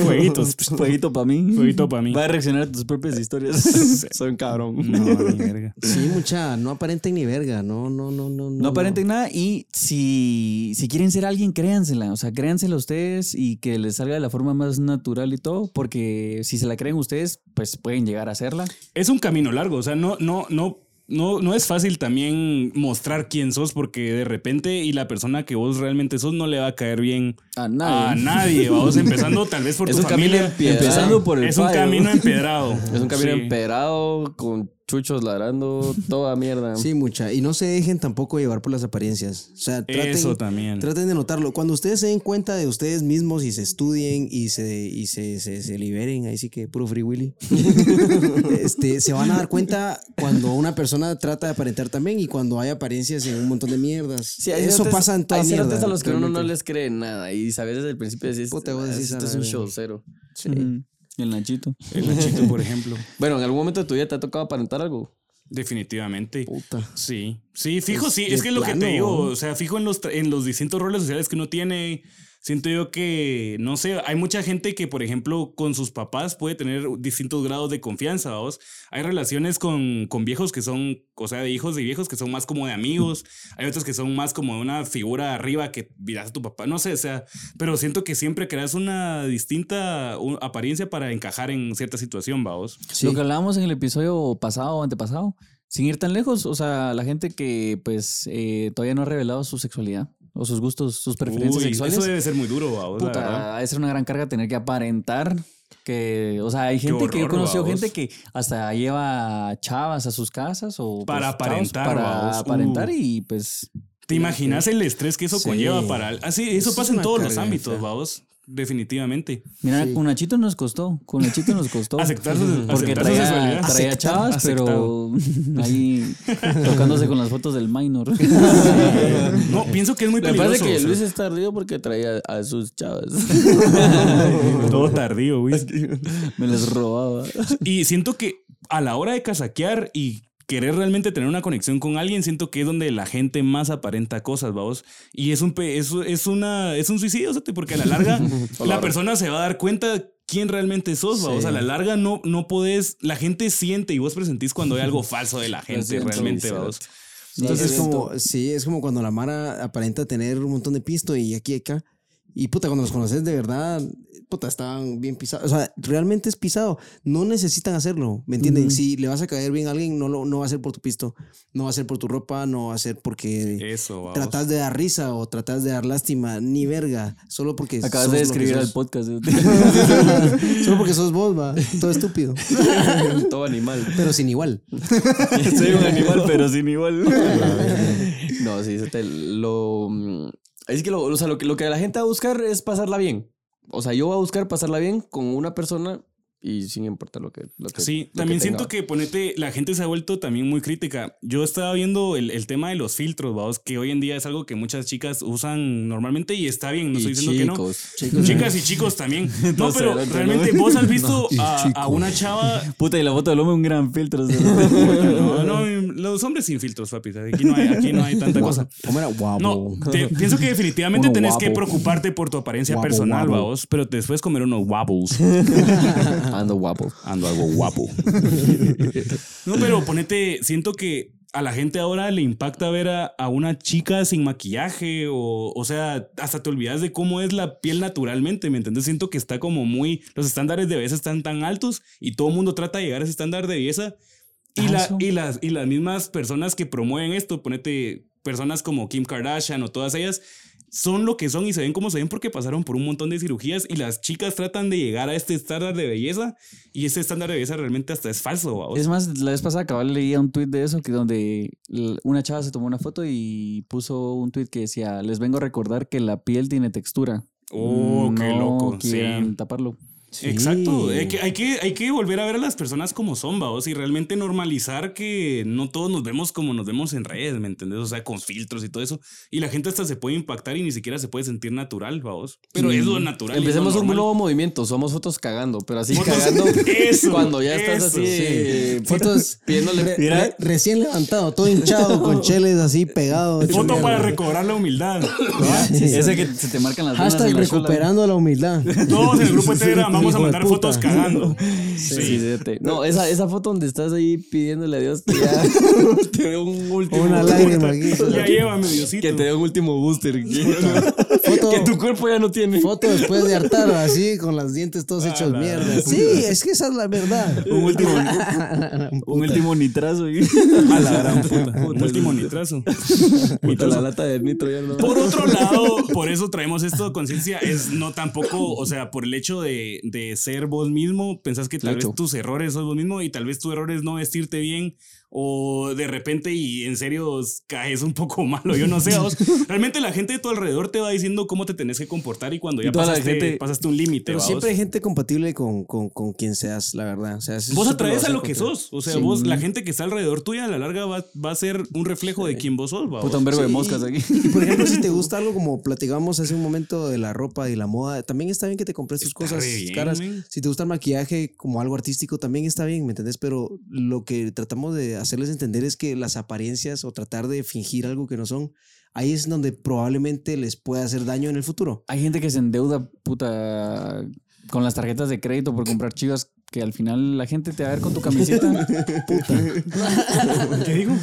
Speaker 3: Fueguitos.
Speaker 1: Fueguito para mí.
Speaker 3: Fueguito pa' mí.
Speaker 1: Va a reaccionar a tus propias historias. Soy un cabrón.
Speaker 3: No, ni verga.
Speaker 2: Sí, mucha, no aparenten ni verga. No, no, no, no.
Speaker 1: No aparenten nada y si, si quieren ser alguien, créansela. O sea, créansela ustedes y que les salga de la forma más natural y todo, porque si se la creen ustedes, pues pueden llegar a hacerla.
Speaker 3: es un camino largo, o sea, no, no, no. No, no es fácil también mostrar quién sos porque de repente y la persona que vos realmente sos no le va a caer bien
Speaker 1: A nadie.
Speaker 2: Ah,
Speaker 3: A nadie, vamos empezando tal vez por
Speaker 4: Es
Speaker 3: tu
Speaker 4: un camino
Speaker 3: familia.
Speaker 4: empedrado.
Speaker 1: Empezando por el
Speaker 3: es un
Speaker 1: padre.
Speaker 3: camino empedrado.
Speaker 4: Es un camino
Speaker 3: Sí.
Speaker 4: emperado, con chuchos ladrando, toda mierda.
Speaker 2: Sí, mucha. Y no se dejen tampoco llevar por las apariencias. O sea, traten,
Speaker 3: Eso también.
Speaker 2: traten de notarlo. Cuando ustedes se den cuenta de ustedes mismos y se estudien y se, y se, se- se liberen, ahí sí que puro free willy. este, se van a dar cuenta cuando una persona trata de aparentar también y cuando hay apariencias en un montón de mierdas.
Speaker 4: Sí, hay
Speaker 2: Eso
Speaker 4: cerotes-
Speaker 2: pasa en toda
Speaker 4: hay cerotes
Speaker 2: mierda.
Speaker 4: a los que uno no
Speaker 2: realmente.
Speaker 4: les cree nada. Y sabes desde el principio decís,
Speaker 2: Puta, vos
Speaker 4: "Ah,
Speaker 2: decís,
Speaker 4: esto
Speaker 2: a la
Speaker 4: es un
Speaker 2: verga".
Speaker 4: show cero.
Speaker 1: Ujú. Mm. El Nachito.
Speaker 3: El Nachito, por ejemplo.
Speaker 4: Bueno, en algún momento de tu vida te ha tocado aparentar algo.
Speaker 3: Definitivamente.
Speaker 2: Puta.
Speaker 3: Sí, sí, fijo,
Speaker 2: Pues,
Speaker 3: sí.
Speaker 2: de
Speaker 3: Es que es lo que
Speaker 2: plano,
Speaker 3: te digo.
Speaker 2: ¿no?
Speaker 3: O sea, fijo en los, tra- en los distintos roles sociales que uno tiene. Siento yo que, no sé, hay mucha gente que, por ejemplo, con sus papás puede tener distintos grados de confianza, ¿vos? Hay relaciones con, con viejos que son, o sea, de hijos de viejos que son más como de amigos, hay otras que son más como de una figura arriba que miras a tu papá, no sé, o sea, pero siento que siempre creas una distinta u- apariencia para encajar en cierta situación, ¿vos?
Speaker 2: Sí.
Speaker 1: Lo que hablábamos en el episodio pasado o antepasado, sin ir tan lejos, o sea, la gente que pues eh, todavía no ha revelado su sexualidad o sus gustos, sus preferencias
Speaker 3: Uy,
Speaker 1: sexuales.
Speaker 3: Eso debe ser muy duro, ¿vos? Pues, La verdad.
Speaker 1: Puta, ha de ser una gran carga tener que aparentar que, o sea, hay gente que yo he
Speaker 3: horror,
Speaker 1: conocido
Speaker 3: vaos.
Speaker 1: gente que hasta lleva chavas a sus casas o pues,
Speaker 3: Para
Speaker 1: chavos
Speaker 3: aparentar,
Speaker 1: para
Speaker 3: vaos. Uh.
Speaker 1: aparentar y pues
Speaker 3: ¿Te imaginas el estrés que eso
Speaker 2: Sí.
Speaker 3: conlleva para... al- Ah, sí, eso
Speaker 2: Es
Speaker 3: pasa en
Speaker 2: una
Speaker 3: todos los
Speaker 2: carga,
Speaker 3: ámbitos,
Speaker 2: fea.
Speaker 3: vamos. Definitivamente.
Speaker 1: mira,
Speaker 2: Sí.
Speaker 1: con Nachito nos costó, con Nachito nos costó.
Speaker 3: Aceptar su,
Speaker 1: Porque
Speaker 3: aceptar su
Speaker 1: traía,
Speaker 3: sexualidad.
Speaker 1: traía
Speaker 2: Aceptar,
Speaker 1: chavas, pero ahí tocándose con las fotos del minor.
Speaker 3: No, pienso que es muy
Speaker 4: Lo que
Speaker 3: peligroso.
Speaker 4: pasa es que
Speaker 3: o sea,
Speaker 4: Luis está ardido porque traía a sus chavas.
Speaker 3: todo tardío, güey.
Speaker 1: Me las robaba.
Speaker 3: Y siento que a la hora de casaquear y querer realmente tener una conexión con alguien, siento que es donde la gente más aparenta cosas, vamos. Y es un, pe- es, es una, es un suicidio, o sea, porque a la larga la persona se va a dar cuenta quién realmente sos, vamos.
Speaker 4: Sí.
Speaker 3: A la larga no, no podés, la gente siente y vos presentís cuando hay algo falso de la gente
Speaker 4: siento,
Speaker 3: realmente,
Speaker 4: sí,
Speaker 3: vamos.
Speaker 2: Entonces es
Speaker 4: siento.
Speaker 2: como, sí, es como cuando la Mara aparenta tener un montón de pisto y aquí y acá. Y puta, cuando los conoces de verdad, puta, estaban bien pisados. O sea, realmente es pisado. No necesitan hacerlo, ¿me entienden? Si le vas a caer bien a alguien, no, lo, no va a ser por tu pisto, no va a ser por tu ropa, no va a ser porque
Speaker 3: Eso, vamos.
Speaker 2: tratas de dar risa o tratas de dar lástima, ni verga, solo porque
Speaker 1: Acabas
Speaker 2: sos
Speaker 1: de
Speaker 2: lo que
Speaker 1: describir al
Speaker 2: sos.
Speaker 1: podcast.
Speaker 2: Solo porque sos vos, va. Todo estúpido,
Speaker 4: Todo animal.
Speaker 2: pero sin igual.
Speaker 4: Soy un animal, pero sin igual. no, sí, se te- lo. mm, Es que lo, o sea, lo, que- lo que la gente va a buscar es pasarla bien. O sea, yo voy a buscar pasarla bien con una persona y sin importar lo que. Lo que
Speaker 3: Sí,
Speaker 4: lo que
Speaker 3: también
Speaker 4: tenga.
Speaker 3: siento que ponete, la gente se ha vuelto también muy crítica. Yo estaba viendo el, el tema de los filtros, vamos, que hoy en día es algo que muchas chicas usan normalmente y está bien, no
Speaker 4: Y
Speaker 3: estoy diciendo
Speaker 4: chicos.
Speaker 3: que no. Chicas y chicos también. No,
Speaker 4: se
Speaker 3: pero
Speaker 4: adelante,
Speaker 3: realmente
Speaker 4: ¿no?
Speaker 3: vos has visto a, a una chava.
Speaker 1: Puta, y la foto del hombre un gran filtro.
Speaker 3: No, no, los hombres sin filtros, papi. Aquí no hay, aquí no hay tanta cosa.
Speaker 2: ¿Cómo era? Guapo.
Speaker 3: No, te- pienso que definitivamente
Speaker 2: Uno
Speaker 3: tenés que
Speaker 2: guapo.
Speaker 3: preocuparte por tu apariencia
Speaker 2: Guapo,
Speaker 3: personal,
Speaker 2: guapo.
Speaker 3: vamos, pero te después comer unos wobbles.
Speaker 4: Ando guapo.
Speaker 3: Ando algo guapo. no, pero ponete, siento que a la gente ahora le impacta ver a, a una chica sin maquillaje o, o sea, hasta te olvidas de cómo es la piel naturalmente, ¿me entiendes? Siento que está como muy, los estándares de belleza están tan altos y todo el mundo trata de llegar a ese estándar de belleza y,
Speaker 1: Ah,
Speaker 3: la-
Speaker 1: eso.
Speaker 3: y las, y las mismas personas que promueven esto, ponete personas como Kim Kardashian o todas ellas, son lo que son y se ven como se ven porque pasaron por un montón de cirugías y las chicas tratan de llegar a este estándar de belleza y ese estándar de belleza realmente hasta es falso. ¿va?
Speaker 1: Es más, la vez pasada acababa leía un tweet de eso que donde l- una chava se tomó una foto y puso un tweet que decía, les vengo a recordar que la piel tiene textura.
Speaker 3: oh, qué
Speaker 1: No
Speaker 3: loco. sí.
Speaker 1: quieran taparlo.
Speaker 3: Exacto. Hay que, hay, que, hay que volver a ver a las personas como son, vaos, y realmente normalizar que no todos nos vemos como nos vemos en redes, ¿me entendés? O sea, con filtros y todo eso. Y la gente hasta se puede impactar y ni siquiera se puede sentir natural, vaos. Pero es lo natural. es lo
Speaker 4: Empecemos un
Speaker 3: normal.
Speaker 4: nuevo movimiento. Somos fotos cagando, pero así
Speaker 3: Fotos-
Speaker 4: cagando.
Speaker 3: Eso,
Speaker 4: cuando ya estás
Speaker 3: eso,
Speaker 4: así.
Speaker 3: sí.
Speaker 4: eh,
Speaker 2: Fotos
Speaker 4: Pidiéndole.
Speaker 2: Re- recién levantado, todo hinchado, con cheles así pegado. hecho
Speaker 3: Foto
Speaker 2: mierda.
Speaker 3: para recobrar la humildad. Ah,
Speaker 2: Sí, sí.
Speaker 1: Ese que se te marcan las venas
Speaker 2: Hashtag
Speaker 1: en la chola.
Speaker 2: recuperando la humildad.
Speaker 3: Todos en el grupo de Telegram vamos a
Speaker 2: Hijo de
Speaker 3: mandar
Speaker 2: puta.
Speaker 3: fotos cagando.
Speaker 4: Sí,
Speaker 3: Sí.
Speaker 4: sí, te- No, esa, esa foto donde estás ahí pidiéndole a Dios que ya te dé un último.
Speaker 2: Una lágrima aquí.
Speaker 3: Ya llévame, Diosito.
Speaker 4: Que te dé un último booster. que
Speaker 2: Foto,
Speaker 4: tu cuerpo ya no tiene.
Speaker 2: foto después de hartar, así, con los dientes todos hechos
Speaker 3: Ah, la
Speaker 2: mierda. Sí, es que esa es la verdad.
Speaker 3: Un último,
Speaker 1: Un último nitrazo. y-
Speaker 3: a la gran puta. Un último nitrazo.
Speaker 4: Puta, la lata de nitro ya no.
Speaker 3: Por otro lado, por eso traemos esto de conciencia. Es no tampoco, o sea, por el hecho de, de ser vos mismo, pensás que tal
Speaker 4: Claro.
Speaker 3: vez tus errores sos vos mismo y tal vez tu error es no vestirte bien o de repente y en serio caes un poco malo. Yo no sé, a vos. Realmente la gente de tu alrededor te va diciendo cómo te tenés que comportar y cuando
Speaker 1: Y
Speaker 3: ya
Speaker 1: toda la
Speaker 3: pasaste,
Speaker 1: gente-
Speaker 3: pasaste un límite.
Speaker 2: Pero
Speaker 3: va,
Speaker 2: siempre hay
Speaker 3: vos.
Speaker 2: gente compatible con, con, con quien seas, la verdad. O sea, eso
Speaker 3: Vos
Speaker 2: siempre
Speaker 3: atraes
Speaker 2: vas
Speaker 3: a lo que
Speaker 2: encontrar.
Speaker 3: sos. O sea, vos, la gente que está alrededor tuya a la larga va, va a ser un reflejo de quién vos sos. va,
Speaker 1: Puta,
Speaker 3: vos.
Speaker 1: un verbo de
Speaker 2: Sí,
Speaker 1: moscas aquí.
Speaker 2: Y por ejemplo, si te gusta algo como platicamos hace un momento de la ropa y la moda, también está bien que te compres tus
Speaker 3: Está
Speaker 2: cosas
Speaker 3: re bien,
Speaker 2: caras.
Speaker 3: men.
Speaker 2: Si te gusta el maquillaje como algo artístico, también está bien, ¿me entendés? Pero lo que tratamos de hacerles entender es que las apariencias o tratar de fingir algo que no son ahí es donde probablemente les pueda hacer daño en el futuro.
Speaker 1: Hay gente que se endeuda, puta, con las tarjetas de crédito por comprar chivas que al final la gente te va a ver con tu camiseta.
Speaker 3: ¿Qué digo?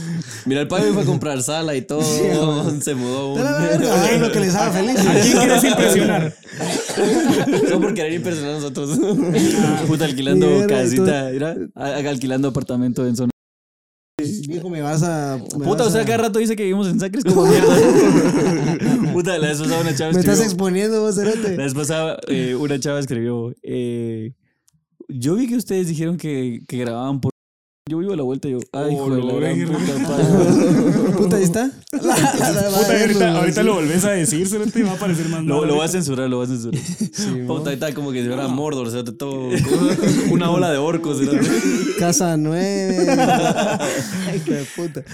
Speaker 4: Mira, el padre fue a comprar sala y todo. se mudó.
Speaker 2: Pero la verga, es lo que les haga feliz.
Speaker 3: Oh, ¿A quién quieres impresionar?
Speaker 4: Solo por querer impresionar a nosotros. Puta, alquilando
Speaker 2: Ah, Mierda,
Speaker 4: casita. Mira, a- alquilando apartamento en zona.
Speaker 2: Viejo, me vas a. me
Speaker 1: Puta,
Speaker 2: vas
Speaker 1: o sea,
Speaker 2: a-
Speaker 1: cada rato dice que vivimos en Sacres como mierda. Puta, la vez pasada una chava
Speaker 2: Me estás
Speaker 1: escribió-
Speaker 2: exponiendo, vos,
Speaker 1: La
Speaker 2: cerote.
Speaker 1: vez pasada eh, una chava escribió. eh, yo vi que ustedes dijeron que, que grababan por. Yo vivo a la vuelta y yo. Ay,
Speaker 3: Oh,
Speaker 1: hijo de la
Speaker 3: lo
Speaker 1: gran
Speaker 3: verga.
Speaker 1: puta, padre.
Speaker 2: Puta, ahí está. La- la- la-
Speaker 3: Puta,
Speaker 2: la-
Speaker 3: ahorita,
Speaker 2: la-
Speaker 3: ahorita lo volvés a decir, cerote, y este va a parecer
Speaker 1: Lo,
Speaker 3: más mal
Speaker 1: lo voy a
Speaker 3: ahorita.
Speaker 1: censurar, lo voy a censurar.
Speaker 4: Puta, ahí está como que si fuera Mordor. Se te todo. Una ola de orcos. ¿verdad?
Speaker 2: Casa 9. Hijo de puta.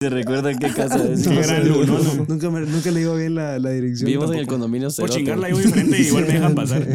Speaker 1: ¿Se recuerdan qué casa es?
Speaker 3: Qué gran lugar, ¿no?
Speaker 2: Nunca, me- nunca le digo bien la, la dirección.
Speaker 4: Vivimos en el condominio
Speaker 3: Por
Speaker 4: cerote.
Speaker 3: chingarla yo diferente, igual me dejan pasar.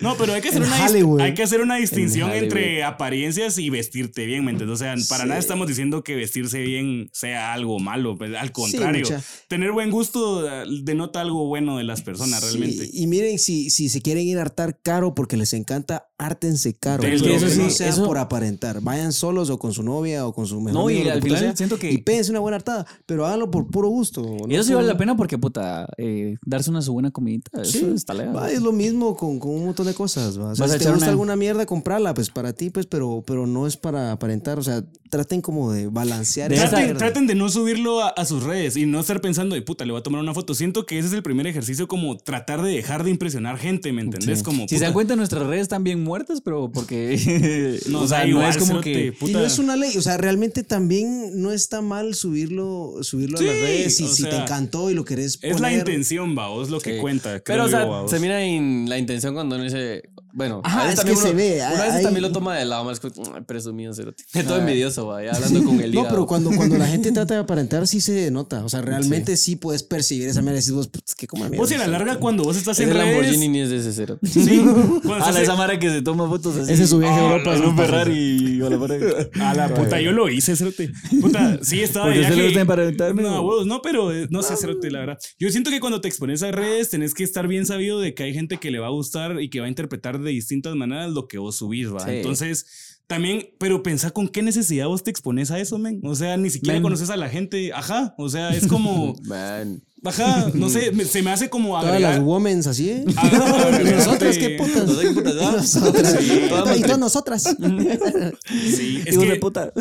Speaker 3: No, pero hay que hacer
Speaker 2: En
Speaker 3: una, dis-
Speaker 2: Hollywood.
Speaker 3: hay que hacer una distinción
Speaker 4: Hollywood.
Speaker 3: entre apariencias y vestirte bien, ¿me entiendes? O sea, para nada estamos diciendo que vestirse bien sea algo malo, pues, al contrario.
Speaker 2: mucha.
Speaker 3: Tener buen gusto eh, denota algo bueno de las personas
Speaker 2: Sí,
Speaker 3: realmente.
Speaker 2: Y miren, si, si se quieren ir a hartar caro porque les encanta, ártense caro.
Speaker 3: Es que
Speaker 2: Pero
Speaker 3: eso
Speaker 2: que no
Speaker 1: sí,
Speaker 2: sea
Speaker 1: eso-
Speaker 2: por aparentar. Vayan solos o con su novia o con su mejor
Speaker 1: No,
Speaker 2: amigo,
Speaker 1: y
Speaker 2: lo que
Speaker 1: al
Speaker 2: puta
Speaker 1: final
Speaker 2: sea,
Speaker 1: siento que-
Speaker 2: Y pédense una buena hartada, pero háganlo por puro gusto. ¿no?
Speaker 1: Y eso sí vale
Speaker 2: Por-
Speaker 1: la pena porque, puta, eh, darse una su buena comidita, eso
Speaker 2: Sí,
Speaker 1: está legal.
Speaker 2: va, es lo mismo con, con un montón de cosas. ¿va? O sea,
Speaker 1: Vas a
Speaker 2: si te
Speaker 1: echar
Speaker 2: gusta
Speaker 1: una-
Speaker 2: alguna mierda, comprala, pues para ti, pues, pero, pero no es para aparentar. O sea, traten como de balancear.
Speaker 1: De
Speaker 2: esa
Speaker 3: Traten,
Speaker 2: mierda.
Speaker 3: traten de no subirlo a, a sus redes y no estar pensando, de puta, le voy a tomar una foto. Siento que ese es el primer ejercicio como tratar de dejar de impresionar gente, ¿me entendés? Como,
Speaker 1: Si se dan
Speaker 3: puta,
Speaker 1: cuenta, nuestras redes están bien muertas, pero porque.
Speaker 3: No,
Speaker 1: o sea,
Speaker 3: da
Speaker 1: no
Speaker 3: igual,
Speaker 1: es como
Speaker 3: cerote,
Speaker 1: que.
Speaker 2: Y
Speaker 3: puta.
Speaker 2: no es una ley, o sea, realmente también no está mal subirlo, subirlo
Speaker 3: Sí,
Speaker 2: a las redes si,
Speaker 3: o
Speaker 2: si te
Speaker 3: sea,
Speaker 2: encantó y lo querés poner.
Speaker 3: Es la intención, va, es lo que
Speaker 4: Sí.
Speaker 3: cuenta. creo
Speaker 4: Pero, o sea,
Speaker 3: yo, vaos.
Speaker 4: se mira en la intención cuando uno dice. Bueno,
Speaker 2: Ajá,
Speaker 4: a veces
Speaker 2: es
Speaker 4: también
Speaker 2: que se
Speaker 4: uno-
Speaker 2: ve,
Speaker 4: Uno a veces
Speaker 2: ahí-
Speaker 4: también lo toma de lado, más como, "Ay, presumido, cerote. Todo envidioso, va, ya hablando con el
Speaker 2: No,
Speaker 4: hígado.
Speaker 2: pero cuando, cuando la gente trata de aparentar, sí se nota. O sea, realmente sí, puedes percibir esa mierda y decís vos, "Putz, que como mierda.
Speaker 3: Vos en la larga, cuando vos estás
Speaker 4: Ese
Speaker 3: en redes.
Speaker 4: Lamborghini ni es de ese cerote.
Speaker 3: Sí, cuando
Speaker 1: A
Speaker 3: estás
Speaker 1: la
Speaker 3: en-
Speaker 1: esa mara que se toma fotos así.
Speaker 2: Ese es su viaje a
Speaker 3: Ah,
Speaker 2: Europa.
Speaker 3: no,
Speaker 1: en
Speaker 2: esos
Speaker 1: un
Speaker 2: pasos.
Speaker 1: Ferrari. o la mara que-
Speaker 3: A la puta, yo lo hice, Cerote. Puta, sí, estaba de
Speaker 1: Porque se
Speaker 3: viaje.
Speaker 1: le gusta emparentarme,
Speaker 3: No,
Speaker 1: o-
Speaker 3: huevos, no, pero eh, no sé, Cerote, la verdad. Yo siento que cuando te expones a redes, tenés que estar bien sabido de que hay gente que le va a gustar y que va a interpretar de distintas maneras lo que vos subís, ¿va?
Speaker 4: Sí.
Speaker 3: Entonces, también, pero pensá con qué necesidad vos te expones a eso, men. O sea, ni siquiera
Speaker 1: Men.
Speaker 3: conoces a la gente. Ajá, o sea, es como,
Speaker 4: Man.
Speaker 3: ajá, no sé, me- se me hace como
Speaker 2: Todas las
Speaker 3: agregar.
Speaker 2: womens así, ¿eh?
Speaker 3: agregar-
Speaker 2: Y nosotras, qué putas.
Speaker 4: Entonces, ¿qué putas?
Speaker 2: Y nosotras.
Speaker 4: Sí.
Speaker 2: Y to- Y todas nosotras.
Speaker 3: Sí, es
Speaker 1: Hijos de
Speaker 3: que,
Speaker 1: puta.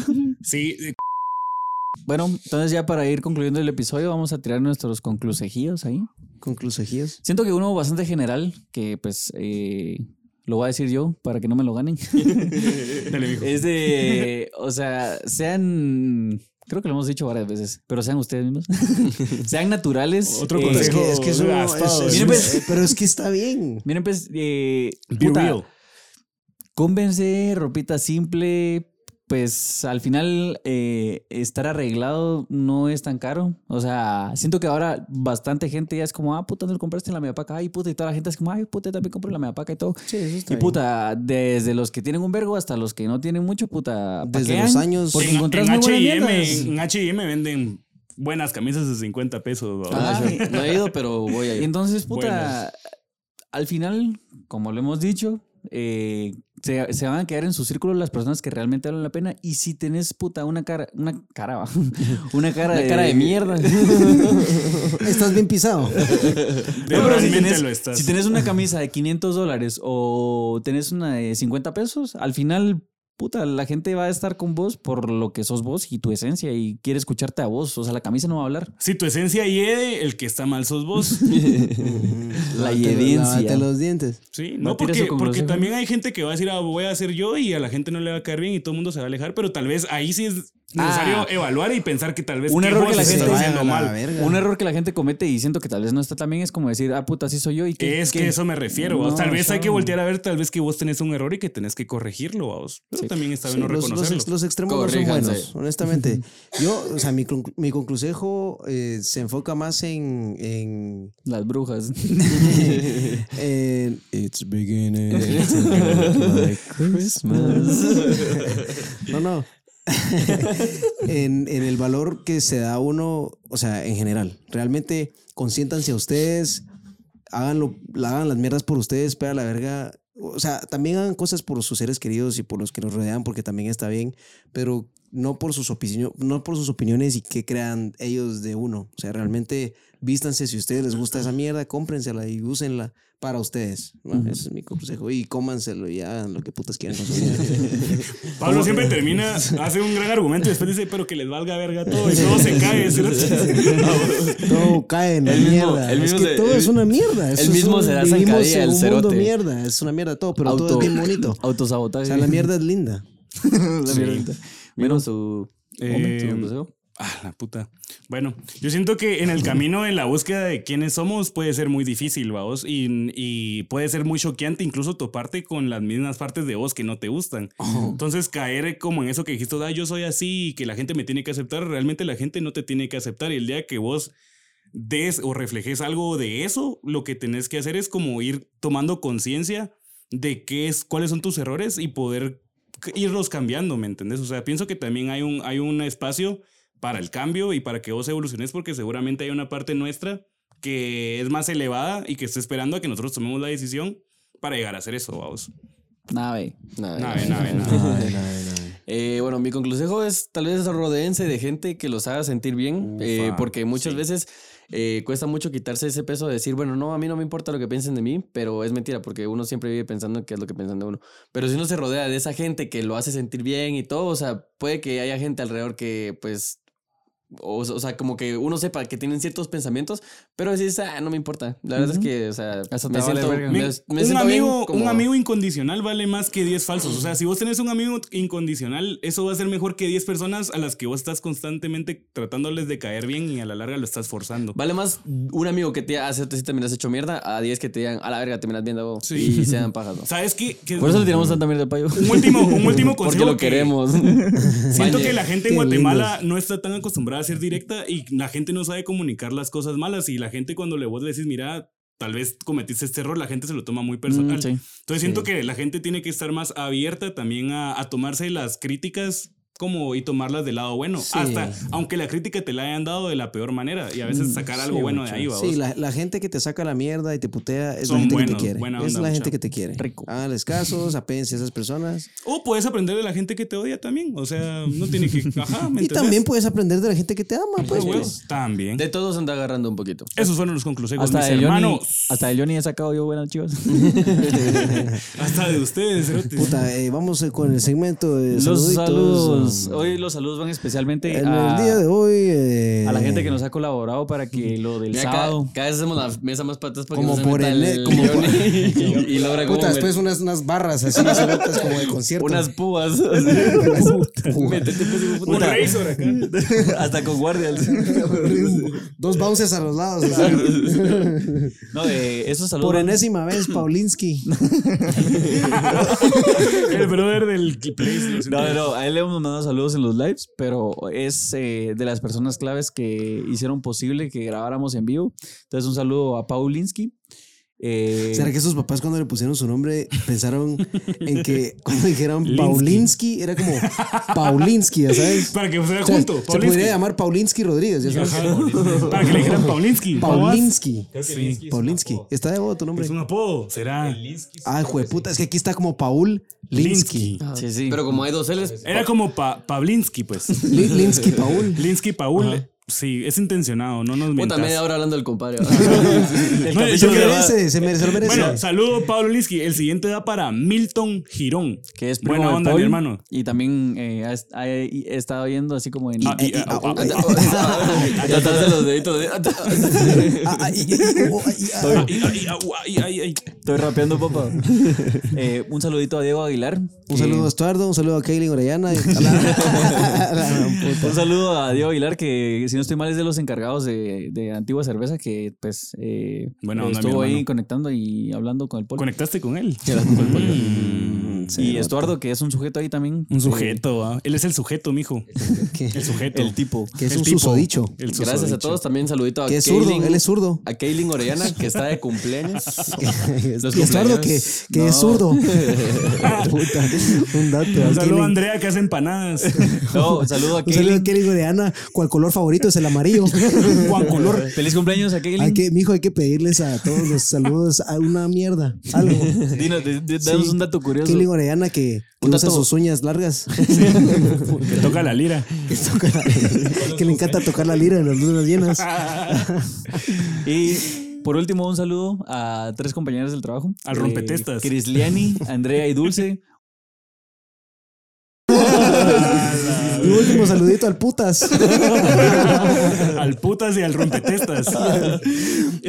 Speaker 3: sí, eh,
Speaker 1: Bueno, entonces ya para ir concluyendo el episodio, vamos a tirar nuestros conclusejíos ahí.
Speaker 2: Conclusejías.
Speaker 1: Siento que uno bastante general, que pues eh, lo voy a decir yo para que no me lo ganen.
Speaker 3: dale, mijo.
Speaker 1: Es de, o sea, sean, creo que lo hemos dicho varias veces, pero sean ustedes mismos. sean naturales.
Speaker 3: Otro
Speaker 1: eh,
Speaker 3: consejo.
Speaker 2: Es que, es que eso
Speaker 3: Gastado,
Speaker 2: es-
Speaker 1: miren, pues.
Speaker 2: Pero es que está bien.
Speaker 1: Miren, pues, eh,
Speaker 3: Be
Speaker 1: puta,
Speaker 3: real.
Speaker 1: cómbense, ropita simple. Pues al final eh, estar arreglado no es tan caro. O sea, siento que ahora bastante gente ya es como, ah, puta, no lo compraste en la meapaca. Ay, puta, y toda la gente es como, ay, puta, yo también compro en la meapaca y todo.
Speaker 2: Sí, eso está
Speaker 1: Y
Speaker 2: bien.
Speaker 1: puta, desde los que tienen un vergo hasta los que no tienen mucho, puta.
Speaker 2: Desde
Speaker 1: paquean,
Speaker 2: los años-
Speaker 1: Porque
Speaker 3: en,
Speaker 1: encontrás
Speaker 3: en
Speaker 1: muy buenas
Speaker 3: H&M,
Speaker 1: mierdas.
Speaker 3: en H&M venden buenas camisas de 50 pesos. ¿va?
Speaker 4: Ah,
Speaker 1: Ajá.
Speaker 4: No he ido, pero voy a
Speaker 1: Y
Speaker 4: ir.
Speaker 1: entonces, puta,
Speaker 3: Buenas.
Speaker 1: al final, como lo hemos dicho, eh, se, se van a quedar en su círculo las personas que realmente valen la pena. Y si tenés, puta, una cara, una cara, va, una cara,
Speaker 4: Una cara de mierda.
Speaker 2: Estás bien pisado.
Speaker 3: De
Speaker 1: No, pero si
Speaker 3: realmente
Speaker 1: tenés,
Speaker 3: lo estás.
Speaker 1: si tenés una camisa de 500 dólares o tenés una de 50 pesos, al final, puta, la gente va a estar con vos por lo que sos vos y tu esencia y quiere escucharte a vos. O sea, la camisa no va a hablar.
Speaker 3: Si tu esencia hiede, el que está mal sos vos.
Speaker 1: La
Speaker 2: Lávate-
Speaker 1: evidencia.
Speaker 2: lávate los dientes.
Speaker 3: Sí, no,
Speaker 1: No tires su
Speaker 3: porque, porque
Speaker 1: conclusión.
Speaker 3: también hay gente que va a decir, ah, voy a hacer yo y a la gente no le va a caer bien y todo el mundo se va a alejar, pero tal vez ahí sí es necesario
Speaker 1: Ah.
Speaker 3: evaluar y pensar que tal vez
Speaker 1: Un
Speaker 3: que
Speaker 1: error que
Speaker 3: vos
Speaker 1: la
Speaker 3: estás
Speaker 1: gente-
Speaker 2: Se
Speaker 3: haciendo
Speaker 2: vayan a la
Speaker 3: mal.
Speaker 2: verga.
Speaker 1: Un error que la gente comete y siento que tal vez no está tan bien es como decir, ah, puta, así soy yo y que...
Speaker 3: Es que eso me refiero.
Speaker 1: No,
Speaker 3: vos. tal vez hay
Speaker 1: chao.
Speaker 3: que voltear a ver, tal vez que vos tenés un error y que tenés que corregirlo, vos. Pero también está
Speaker 2: Sí,
Speaker 3: bien no
Speaker 2: los- los,
Speaker 3: reconocerlo.
Speaker 2: ex- los extremos no son
Speaker 4: Corríjanse.
Speaker 2: buenos, honestamente. Yo, o sea, mi, conclu- mi conclusejo eh, se enfoca más en, en eh,
Speaker 1: Las brujas.
Speaker 2: en- It's beginning to look like Christmas. No, no. en, en el valor que se da a uno, o sea, en general. Realmente consiéntanse a ustedes, háganlo, la- hagan las mierdas por ustedes, pero a la verga. O sea, también hagan cosas por sus seres queridos y por los que nos rodean, porque también está bien, pero no por sus, opinio- no por sus opiniones y qué crean ellos de uno. O sea, realmente vístanse si a ustedes les gusta esa mierda, cómprensela y úsenla para ustedes. Bueno, Ese es mi consejo. Y cómanselo y hagan lo que putas quieran con su vida.
Speaker 3: Pablo siempre termina, hace un gran argumento y después dice, pero que les valga verga todo y todo se cae.
Speaker 2: Todo cae en la
Speaker 4: Él mismo-
Speaker 2: mierda. es
Speaker 4: él mismo
Speaker 2: que
Speaker 4: se-
Speaker 2: todo
Speaker 4: él-
Speaker 2: es una mierda. Eso
Speaker 4: él
Speaker 2: es
Speaker 4: mismo
Speaker 2: un-
Speaker 4: se da
Speaker 2: vivimos
Speaker 4: zancadilla
Speaker 2: en
Speaker 4: el
Speaker 2: un mundo
Speaker 4: cerote.
Speaker 2: mierda. Es una mierda todo, pero todo
Speaker 1: Auto-
Speaker 2: es bien bonito.
Speaker 1: Autosabotaje.
Speaker 2: O sea, la mierda es linda.
Speaker 1: La mierda.
Speaker 4: Menos su.
Speaker 3: Eh,
Speaker 4: su consejo.
Speaker 3: Ah, la puta. Bueno, yo siento que en el camino, en la búsqueda de quiénes somos, puede ser muy difícil, vaos. Y, y puede ser muy choqueante incluso toparte con las mismas partes de vos que no te gustan. Entonces, caer como en eso que dijiste, "Ah, yo soy así y que la gente me tiene que aceptar. Realmente la gente no te tiene que aceptar. Y el día que vos des o reflejes algo de eso, lo que tenés que hacer es como ir tomando conciencia de qué es, cuáles son tus errores y poder c- irlos cambiando, ¿me entendés? O sea, pienso que también hay un, hay un espacio para el cambio y para que vos evoluciones porque seguramente hay una parte nuestra que es más elevada y que está esperando a que nosotros tomemos la decisión para llegar a hacer eso, vamos.
Speaker 1: Nave.
Speaker 4: Nada,
Speaker 3: Nave,
Speaker 4: nada.
Speaker 3: nave, nave.
Speaker 4: Eh, bueno, mi consejo es tal vez rodeense de gente que los haga sentir bien,
Speaker 3: Ufa,
Speaker 4: eh, porque muchas
Speaker 3: sí.
Speaker 4: veces eh, cuesta mucho quitarse ese peso de decir, bueno, no, a mí no me importa lo que piensen de mí, pero es mentira, porque uno siempre vive pensando qué es lo que piensan de uno. Pero si uno se rodea de esa gente que lo hace sentir bien y todo, o sea, puede que haya gente alrededor que pues... O, o sea, como que uno sepa que tienen ciertos pensamientos, pero decís, ah, no me importa. La verdad es que, o sea,
Speaker 1: Hasta
Speaker 4: me
Speaker 1: te vale
Speaker 4: siento-
Speaker 1: verga.
Speaker 3: Mi-
Speaker 4: me- me
Speaker 3: un,
Speaker 4: siento bien
Speaker 3: amigo, un
Speaker 4: como-
Speaker 3: amigo incondicional vale más que 10 falsos. O sea, si vos tenés un amigo incondicional, eso va a ser mejor que 10 personas a las que vos estás constantemente tratándoles de caer bien y a la larga lo estás forzando.
Speaker 4: Vale más un amigo que te hace si te miras hecho mierda a 10 que te digan a la verga te miras viendo vos
Speaker 3: Sí.
Speaker 4: y sean pajas. ¿no?
Speaker 3: ¿Sabes qué? Que-
Speaker 1: Por eso le tiramos tanta mierda al payo.
Speaker 3: un último, un último
Speaker 4: Porque
Speaker 3: consejo
Speaker 4: lo
Speaker 3: que-
Speaker 4: queremos.
Speaker 3: Siento
Speaker 4: Vaya.
Speaker 3: que la
Speaker 2: Qué
Speaker 3: gente en Guatemala no está tan acostumbrada a ser directa y la gente no sabe comunicar las cosas malas y la gente cuando le vos le decís, mira, tal vez cometiste este error, la gente se lo toma muy personal.
Speaker 1: Mm, sí.
Speaker 3: Entonces siento que la gente tiene que estar más abierta también a, a tomarse las críticas como y tomarlas del lado bueno,
Speaker 2: Sí.
Speaker 3: hasta aunque la crítica te la hayan dado de la peor manera y a veces sacar algo bueno de ahí. ¿va
Speaker 2: Sí,
Speaker 3: vos?
Speaker 2: la, la gente que te saca la mierda y te putea es
Speaker 3: Son
Speaker 2: la gente que
Speaker 3: buenos,
Speaker 2: te quiere.
Speaker 3: buena
Speaker 2: es
Speaker 3: onda,
Speaker 2: la gente
Speaker 3: mucha.
Speaker 2: que te quiere.
Speaker 1: Rico.
Speaker 2: Háganles casos, apéndense a esas personas.
Speaker 3: O puedes aprender de la gente que te odia también, o sea, no tiene que... Ajá, ¿me
Speaker 2: Y
Speaker 3: entendés?
Speaker 2: también puedes aprender de la gente que te ama,
Speaker 3: Pues,
Speaker 2: pues.
Speaker 3: güey,
Speaker 2: pues.
Speaker 3: también.
Speaker 4: De todos anda agarrando un poquito.
Speaker 3: Esos fueron los consejos,
Speaker 1: Hasta
Speaker 3: mis
Speaker 1: de, Johnny,
Speaker 3: hermanos.
Speaker 1: hasta de Johnny he sacado yo buenas chivas.
Speaker 3: Hasta de ustedes, cerotes.
Speaker 2: Puta, eh, vamos eh, con el segmento de
Speaker 1: los
Speaker 2: saluditos.
Speaker 1: saludos. Hoy los saludos van especialmente
Speaker 2: En
Speaker 4: Ah.
Speaker 1: a,
Speaker 2: el día de hoy. eh,
Speaker 1: a la gente que nos ha colaborado para que lo del
Speaker 4: Mira, cada,
Speaker 1: sábado.
Speaker 4: cada vez hacemos la mesa más patas para
Speaker 2: Como
Speaker 4: que no se
Speaker 2: por
Speaker 4: meta
Speaker 2: el- como por-
Speaker 4: Johnny y, y logra
Speaker 2: Puta,
Speaker 4: como
Speaker 2: después unas, unas barras así, cerotas, como de
Speaker 4: met-
Speaker 2: concierto.
Speaker 4: unas púas. Métete, pues, hijo de
Speaker 3: Un
Speaker 4: puta.
Speaker 3: razor acá.
Speaker 1: Hasta con guardia.
Speaker 2: Dos bounces a los lados. así.
Speaker 1: No, de esos saludos.
Speaker 2: Por
Speaker 1: van-
Speaker 2: enésima vez, Paulinsky.
Speaker 3: El brother del Place.
Speaker 1: No, no, no, a él le hemos mandado saludos en los lives, pero es eh, de las personas claves que hicieron posible que grabáramos en vivo. Entonces, un saludo a Paulinsky. Eh,
Speaker 2: ¿Será que sus papás cuando le pusieron su nombre pensaron en que cuando dijeron
Speaker 3: Linsky.
Speaker 2: Paulinsky era como Paulinsky, ya sabes?
Speaker 3: Para que fuera
Speaker 2: O sea,
Speaker 3: junto.
Speaker 2: se
Speaker 3: Paulinsky.
Speaker 2: podría llamar Paulinsky Rodríguez, ya sabes.
Speaker 3: Ajá. Para que le dijeran Paulinsky.
Speaker 2: Paulinsky.
Speaker 5: Creo que
Speaker 3: Sí.
Speaker 5: Linsky es un
Speaker 2: Paulinsky.
Speaker 5: apodo.
Speaker 2: Está de bobo tu nombre.
Speaker 3: Es un apodo. Será.
Speaker 5: Linsky, sí,
Speaker 2: Ah,
Speaker 5: creo que sí.
Speaker 2: jueputa, es que aquí está como Paul Linsky.
Speaker 3: Linsky.
Speaker 1: Sí, sí.
Speaker 4: Pero como hay dos L's.
Speaker 3: Era como pa- Pavlinsky, pues.
Speaker 2: Li- Linsky Paul.
Speaker 3: Linsky Paul. Sí, es intencionado. No nos
Speaker 4: Puta,
Speaker 3: mientas.
Speaker 4: media hora hablando del compadre.
Speaker 3: No,
Speaker 2: Se
Speaker 3: yo
Speaker 2: lo
Speaker 3: creo-
Speaker 2: merece, se merece, Eh, se lo merece.
Speaker 3: Bueno, saludo Pablo Linsky. El siguiente da para Milton Girón.
Speaker 1: que es primo
Speaker 3: Buena
Speaker 1: de
Speaker 3: onda, mi
Speaker 1: Paul,
Speaker 3: hermano.
Speaker 1: Y también eh, ha, est- ha- y- he estado viendo así como en.
Speaker 3: Ah, y-
Speaker 2: eh,
Speaker 3: ah,
Speaker 2: ah,
Speaker 3: ah,
Speaker 2: ah,
Speaker 4: Tratarse los deditos. de-
Speaker 2: Ah, ah, y- y- y- oh, y- ah.
Speaker 3: Ay, ay, ay, ay, ay, ay.
Speaker 1: Estoy rapeando, papá. Eh, un saludito a Diego Aguilar.
Speaker 2: Un
Speaker 1: que-
Speaker 2: saludo a Estuardo, un saludo a Kaylin Orellana. y- a la- a la-
Speaker 1: Un saludo a Diego Aguilar, que si no estoy mal es de los encargados de, de Antigua Cerveza, que pues eh,
Speaker 3: Buena onda, mi
Speaker 1: estuvo ahí
Speaker 3: hermano.
Speaker 1: conectando y hablando con el polo.
Speaker 3: ¿Conectaste con él? Mm.
Speaker 1: Y Estuardo, que es un sujeto ahí también.
Speaker 3: Un sujeto, ¿ah? él es el sujeto, mijo.
Speaker 2: Que,
Speaker 3: El sujeto.
Speaker 1: El tipo.
Speaker 2: que es
Speaker 3: El
Speaker 2: un
Speaker 3: tipo.
Speaker 2: susodicho.
Speaker 3: El
Speaker 4: Gracias a
Speaker 3: susodicho.
Speaker 4: todos. También saludito a
Speaker 2: Que es zurdo, él es zurdo.
Speaker 4: a Kaylin Orellana, que está de cumpleaños. Los
Speaker 2: Y Estuardo, que,
Speaker 4: cumpleaños.
Speaker 2: que
Speaker 4: No.
Speaker 2: es zurdo. Puta, un dato.
Speaker 3: Un saludo a
Speaker 2: Kelly.
Speaker 3: Andrea que hace empanadas.
Speaker 1: Eh, No, saludo a
Speaker 2: Un saludo a
Speaker 1: Kaylin.
Speaker 2: Kelly Goreana, cual color favorito es el amarillo.
Speaker 3: Juan Color.
Speaker 1: Feliz cumpleaños a Kaylin.
Speaker 2: Hay que, mijo, hay que pedirles a todos los saludos a una mierda. Algo.
Speaker 1: Dinos, de- de-
Speaker 2: Sí.
Speaker 1: danos un dato curioso.
Speaker 2: Kelly Orellana que, que
Speaker 1: Un
Speaker 2: usa
Speaker 1: dato-
Speaker 2: sus uñas largas.
Speaker 3: Que toca la lira.
Speaker 2: que, toca- que le encanta tocar la lira en las lunas llenas.
Speaker 1: Y por último, un saludo a tres compañeros del trabajo.
Speaker 3: Al rompetestas.
Speaker 1: Crisliani, Andrea y Dulce.
Speaker 2: Y un último saludito al putas.
Speaker 3: al putas y al rompetestas.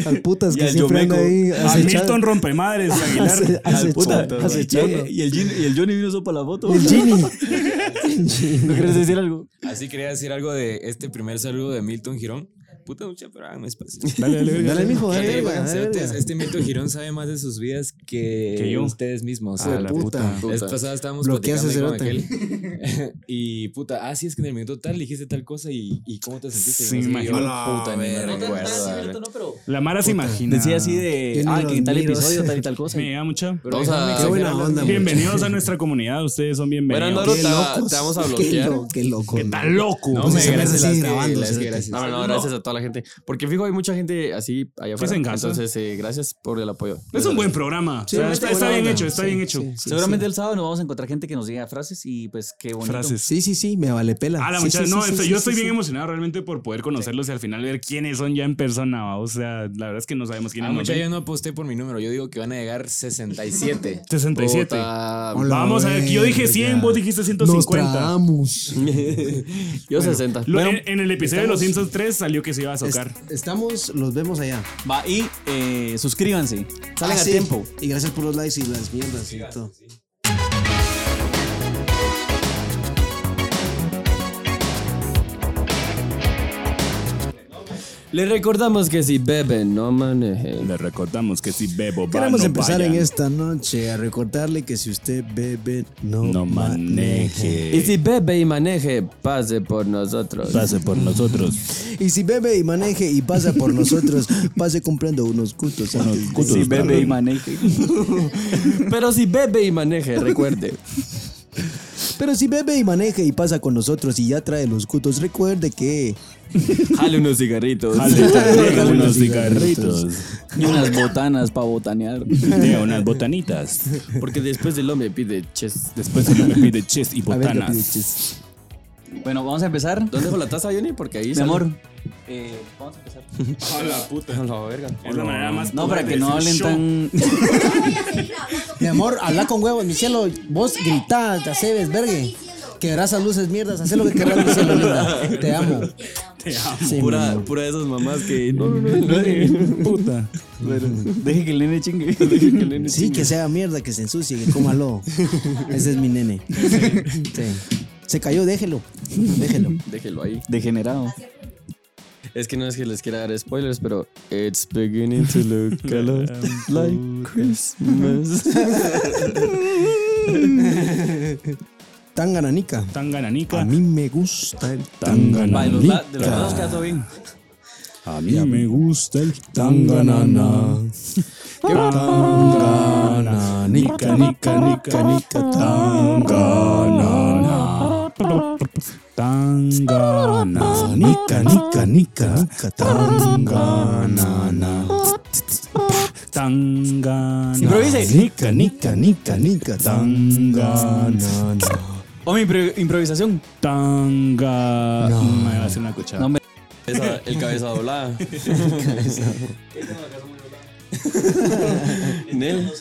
Speaker 2: Al putas
Speaker 1: Y
Speaker 2: que
Speaker 1: al
Speaker 2: siempre anda ahí.
Speaker 1: Yomeco.
Speaker 3: A
Speaker 2: acechando-
Speaker 3: Milton rompemadres, Aguilar.
Speaker 2: Hace-
Speaker 1: Al puta.
Speaker 2: chongo, hace
Speaker 1: Y-
Speaker 2: chongo.
Speaker 1: Y el, Gin- y el Johnny vino solo para la foto.
Speaker 2: El Gini.
Speaker 1: ¿No quieres decir algo?
Speaker 5: Así quería decir algo de este primer saludo de Milton Girón. Puta mucha, pero háganme espacio.
Speaker 3: Dale, dale, verga.
Speaker 2: Dale, mijo,
Speaker 5: Ya
Speaker 2: dale,
Speaker 5: te digo,
Speaker 2: verga, dale,
Speaker 5: cerotes,
Speaker 2: verga.
Speaker 5: Este Milton Girón sabe más de sus vidas que,
Speaker 3: Que yo.
Speaker 5: ustedes mismos.
Speaker 4: Ah,
Speaker 3: A la puta.
Speaker 5: La vez pasada estábamos
Speaker 2: Bloqueaste,
Speaker 5: platicando ahí con aquel. y puta, ah, sí, es que en el minuto tal dijiste tal cosa y, y cómo te sentiste.
Speaker 3: Sí,
Speaker 5: Y no sé,
Speaker 3: imagino.
Speaker 5: yo,
Speaker 3: A la
Speaker 5: puta, ni me
Speaker 3: verga.
Speaker 5: recuerdo. a ver.
Speaker 3: La Mara se imagina.
Speaker 1: Decía así de.
Speaker 2: Yo no
Speaker 1: Ah,
Speaker 2: los
Speaker 1: que en tal
Speaker 2: miro.
Speaker 1: episodio, tal y tal cosa.
Speaker 3: Sí, ya, mucha.
Speaker 5: Pero
Speaker 4: Vamos a-
Speaker 5: déjame
Speaker 4: Qué buena
Speaker 5: exagerar las
Speaker 2: onda,
Speaker 5: mías.
Speaker 3: Bienvenidos a nuestra comunidad. Ustedes son bienvenidos.
Speaker 4: Bueno, Noro,
Speaker 2: Qué
Speaker 4: te-
Speaker 2: locos.
Speaker 4: te vamos a
Speaker 2: Qué,
Speaker 4: bloquear.
Speaker 2: lo- qué loco.
Speaker 3: Que está loco.
Speaker 5: No,
Speaker 2: ¿Cómo
Speaker 5: me
Speaker 2: pues, se llama?
Speaker 5: gracias,
Speaker 2: Sigue
Speaker 5: las que-
Speaker 2: grabando,
Speaker 5: las que
Speaker 2: cerotes.
Speaker 5: gracias.
Speaker 4: No, no, no, gracias a toda la gente. Porque fijo, hay mucha gente así allá
Speaker 3: Que
Speaker 4: afuera.
Speaker 3: se encasa.
Speaker 4: Entonces, eh, gracias por el apoyo. Ah,
Speaker 3: Es un buen programa.
Speaker 2: Sí,
Speaker 3: O sea,
Speaker 2: no,
Speaker 3: está,
Speaker 2: buena
Speaker 3: está bien
Speaker 2: onda.
Speaker 3: hecho, está
Speaker 2: Sí,
Speaker 3: bien hecho.
Speaker 2: sí, sí,
Speaker 1: Seguramente
Speaker 2: sí.
Speaker 1: el sábado nos vamos a encontrar gente que nos diga frases y pues qué bonito.
Speaker 3: Frases.
Speaker 2: Sí, sí, sí, me vale pela.
Speaker 3: A Ah, la
Speaker 2: Sí,
Speaker 3: muchacha,
Speaker 2: sí,
Speaker 3: no,
Speaker 2: sí,
Speaker 3: estoy-
Speaker 2: sí,
Speaker 3: yo
Speaker 2: sí,
Speaker 3: estoy
Speaker 2: sí.
Speaker 3: bien emocionado realmente por poder conocerlos y al final ver quiénes son ya en persona. ¿va? O sea, la verdad es que no sabemos quiénes
Speaker 5: Ah, mucha,
Speaker 3: son.
Speaker 5: yo no aposté por mi número. Yo digo que van a llegar 67.
Speaker 3: 67.
Speaker 5: Puta,
Speaker 2: Hola,
Speaker 3: Vamos a ver, que yo dije
Speaker 2: verga.
Speaker 3: 100, vos dijiste 150.
Speaker 2: Nostradamus.
Speaker 4: Yo 60.
Speaker 3: Lo-
Speaker 4: Bueno,
Speaker 3: en, en el episodio de los
Speaker 2: estamos-
Speaker 3: Simpsons 3 salió que se iba a
Speaker 2: Est-
Speaker 3: socar.
Speaker 2: Estamos, los vemos allá.
Speaker 1: Va, y eh, suscríbanse. Salen
Speaker 2: Ah,
Speaker 1: a
Speaker 2: sí.
Speaker 1: tiempo.
Speaker 2: Y gracias por los likes y las mierdas y todo.
Speaker 4: les recordamos que si beben, no manejen.
Speaker 3: Le recordamos que si bebo, va,
Speaker 2: Queremos
Speaker 3: no
Speaker 2: empezar
Speaker 3: vayan.
Speaker 2: en esta noche a recordarle que si usted bebe, no,
Speaker 3: No
Speaker 2: maneje.
Speaker 3: maneje.
Speaker 4: Y si bebe y maneje, pase por nosotros.
Speaker 3: Pase por nosotros.
Speaker 2: Y si bebe y maneje y pasa por nosotros, pase comprando unos cutos. antes de-
Speaker 1: Sí, bebe y maneje.
Speaker 4: Pero si bebe y maneje, recuerde.
Speaker 2: Pero si bebe y maneje y pasa con nosotros y ya trae los cutos, recuerde que...
Speaker 4: Jale unos cigarritos.
Speaker 3: Tiene
Speaker 2: unos
Speaker 3: unos cigarritos.
Speaker 1: Y unas botanas para botanear.
Speaker 3: Tiene unas botanitas.
Speaker 4: Porque después del hombre pide chest.
Speaker 3: Después se me pide chest y
Speaker 2: A ver,
Speaker 3: botanas.
Speaker 2: capiruchis.
Speaker 1: Bueno, vamos a empezar.
Speaker 4: ¿Dónde dejo la taza, Johnny? Porque ahí
Speaker 1: Mi
Speaker 4: sale.
Speaker 1: amor. eh, vamos a empezar.
Speaker 3: A la puta.
Speaker 4: A la verga.
Speaker 3: Es la manera más
Speaker 1: No, para
Speaker 3: cool
Speaker 1: que
Speaker 3: de
Speaker 1: no hablen
Speaker 3: decir show.
Speaker 1: tan.
Speaker 2: Mi amor, habla con huevos, mi cielo. Vos gritá, te haces vergue. Quebrás a luces, mierdas, haz lo que querrás, mi cielo, linda. Te amo.
Speaker 3: Te amo.
Speaker 2: Sí, mi
Speaker 4: Pura,
Speaker 2: amor.
Speaker 4: pura de esas mamás que. No,
Speaker 3: Puta.
Speaker 1: Deje que el nene chingue.
Speaker 2: Sí, que sea mierda, que se ensucie, que coma lobo. Ese es mi nene. Sí. Se cayó, déjelo. Déjelo.
Speaker 4: Déjelo ahí.
Speaker 1: Degenerado.
Speaker 4: Es que no es que les quiera dar spoilers, pero. It's beginning to look a lot like Christmas.
Speaker 2: Tangananica.
Speaker 3: Tangananica.
Speaker 2: A mí me gusta el
Speaker 1: Va, de los,
Speaker 2: tangananica.
Speaker 1: la- de los lados queda todo bien.
Speaker 3: A mí me gusta el tanganana.
Speaker 2: Tanganana.
Speaker 3: Tanganananica, nica, nica, nica, tanganana. Tanganana. Nica, nica, nica, tanganana. Tanganana.
Speaker 1: Improvise.
Speaker 3: Nica, nica, nica, nica, tanganana.
Speaker 1: O mi impro- improvisación.
Speaker 3: Tanga. Me va a hacer una
Speaker 1: No,
Speaker 3: cuchara.
Speaker 1: me-
Speaker 4: Esa- el cabeza doblada. Nel.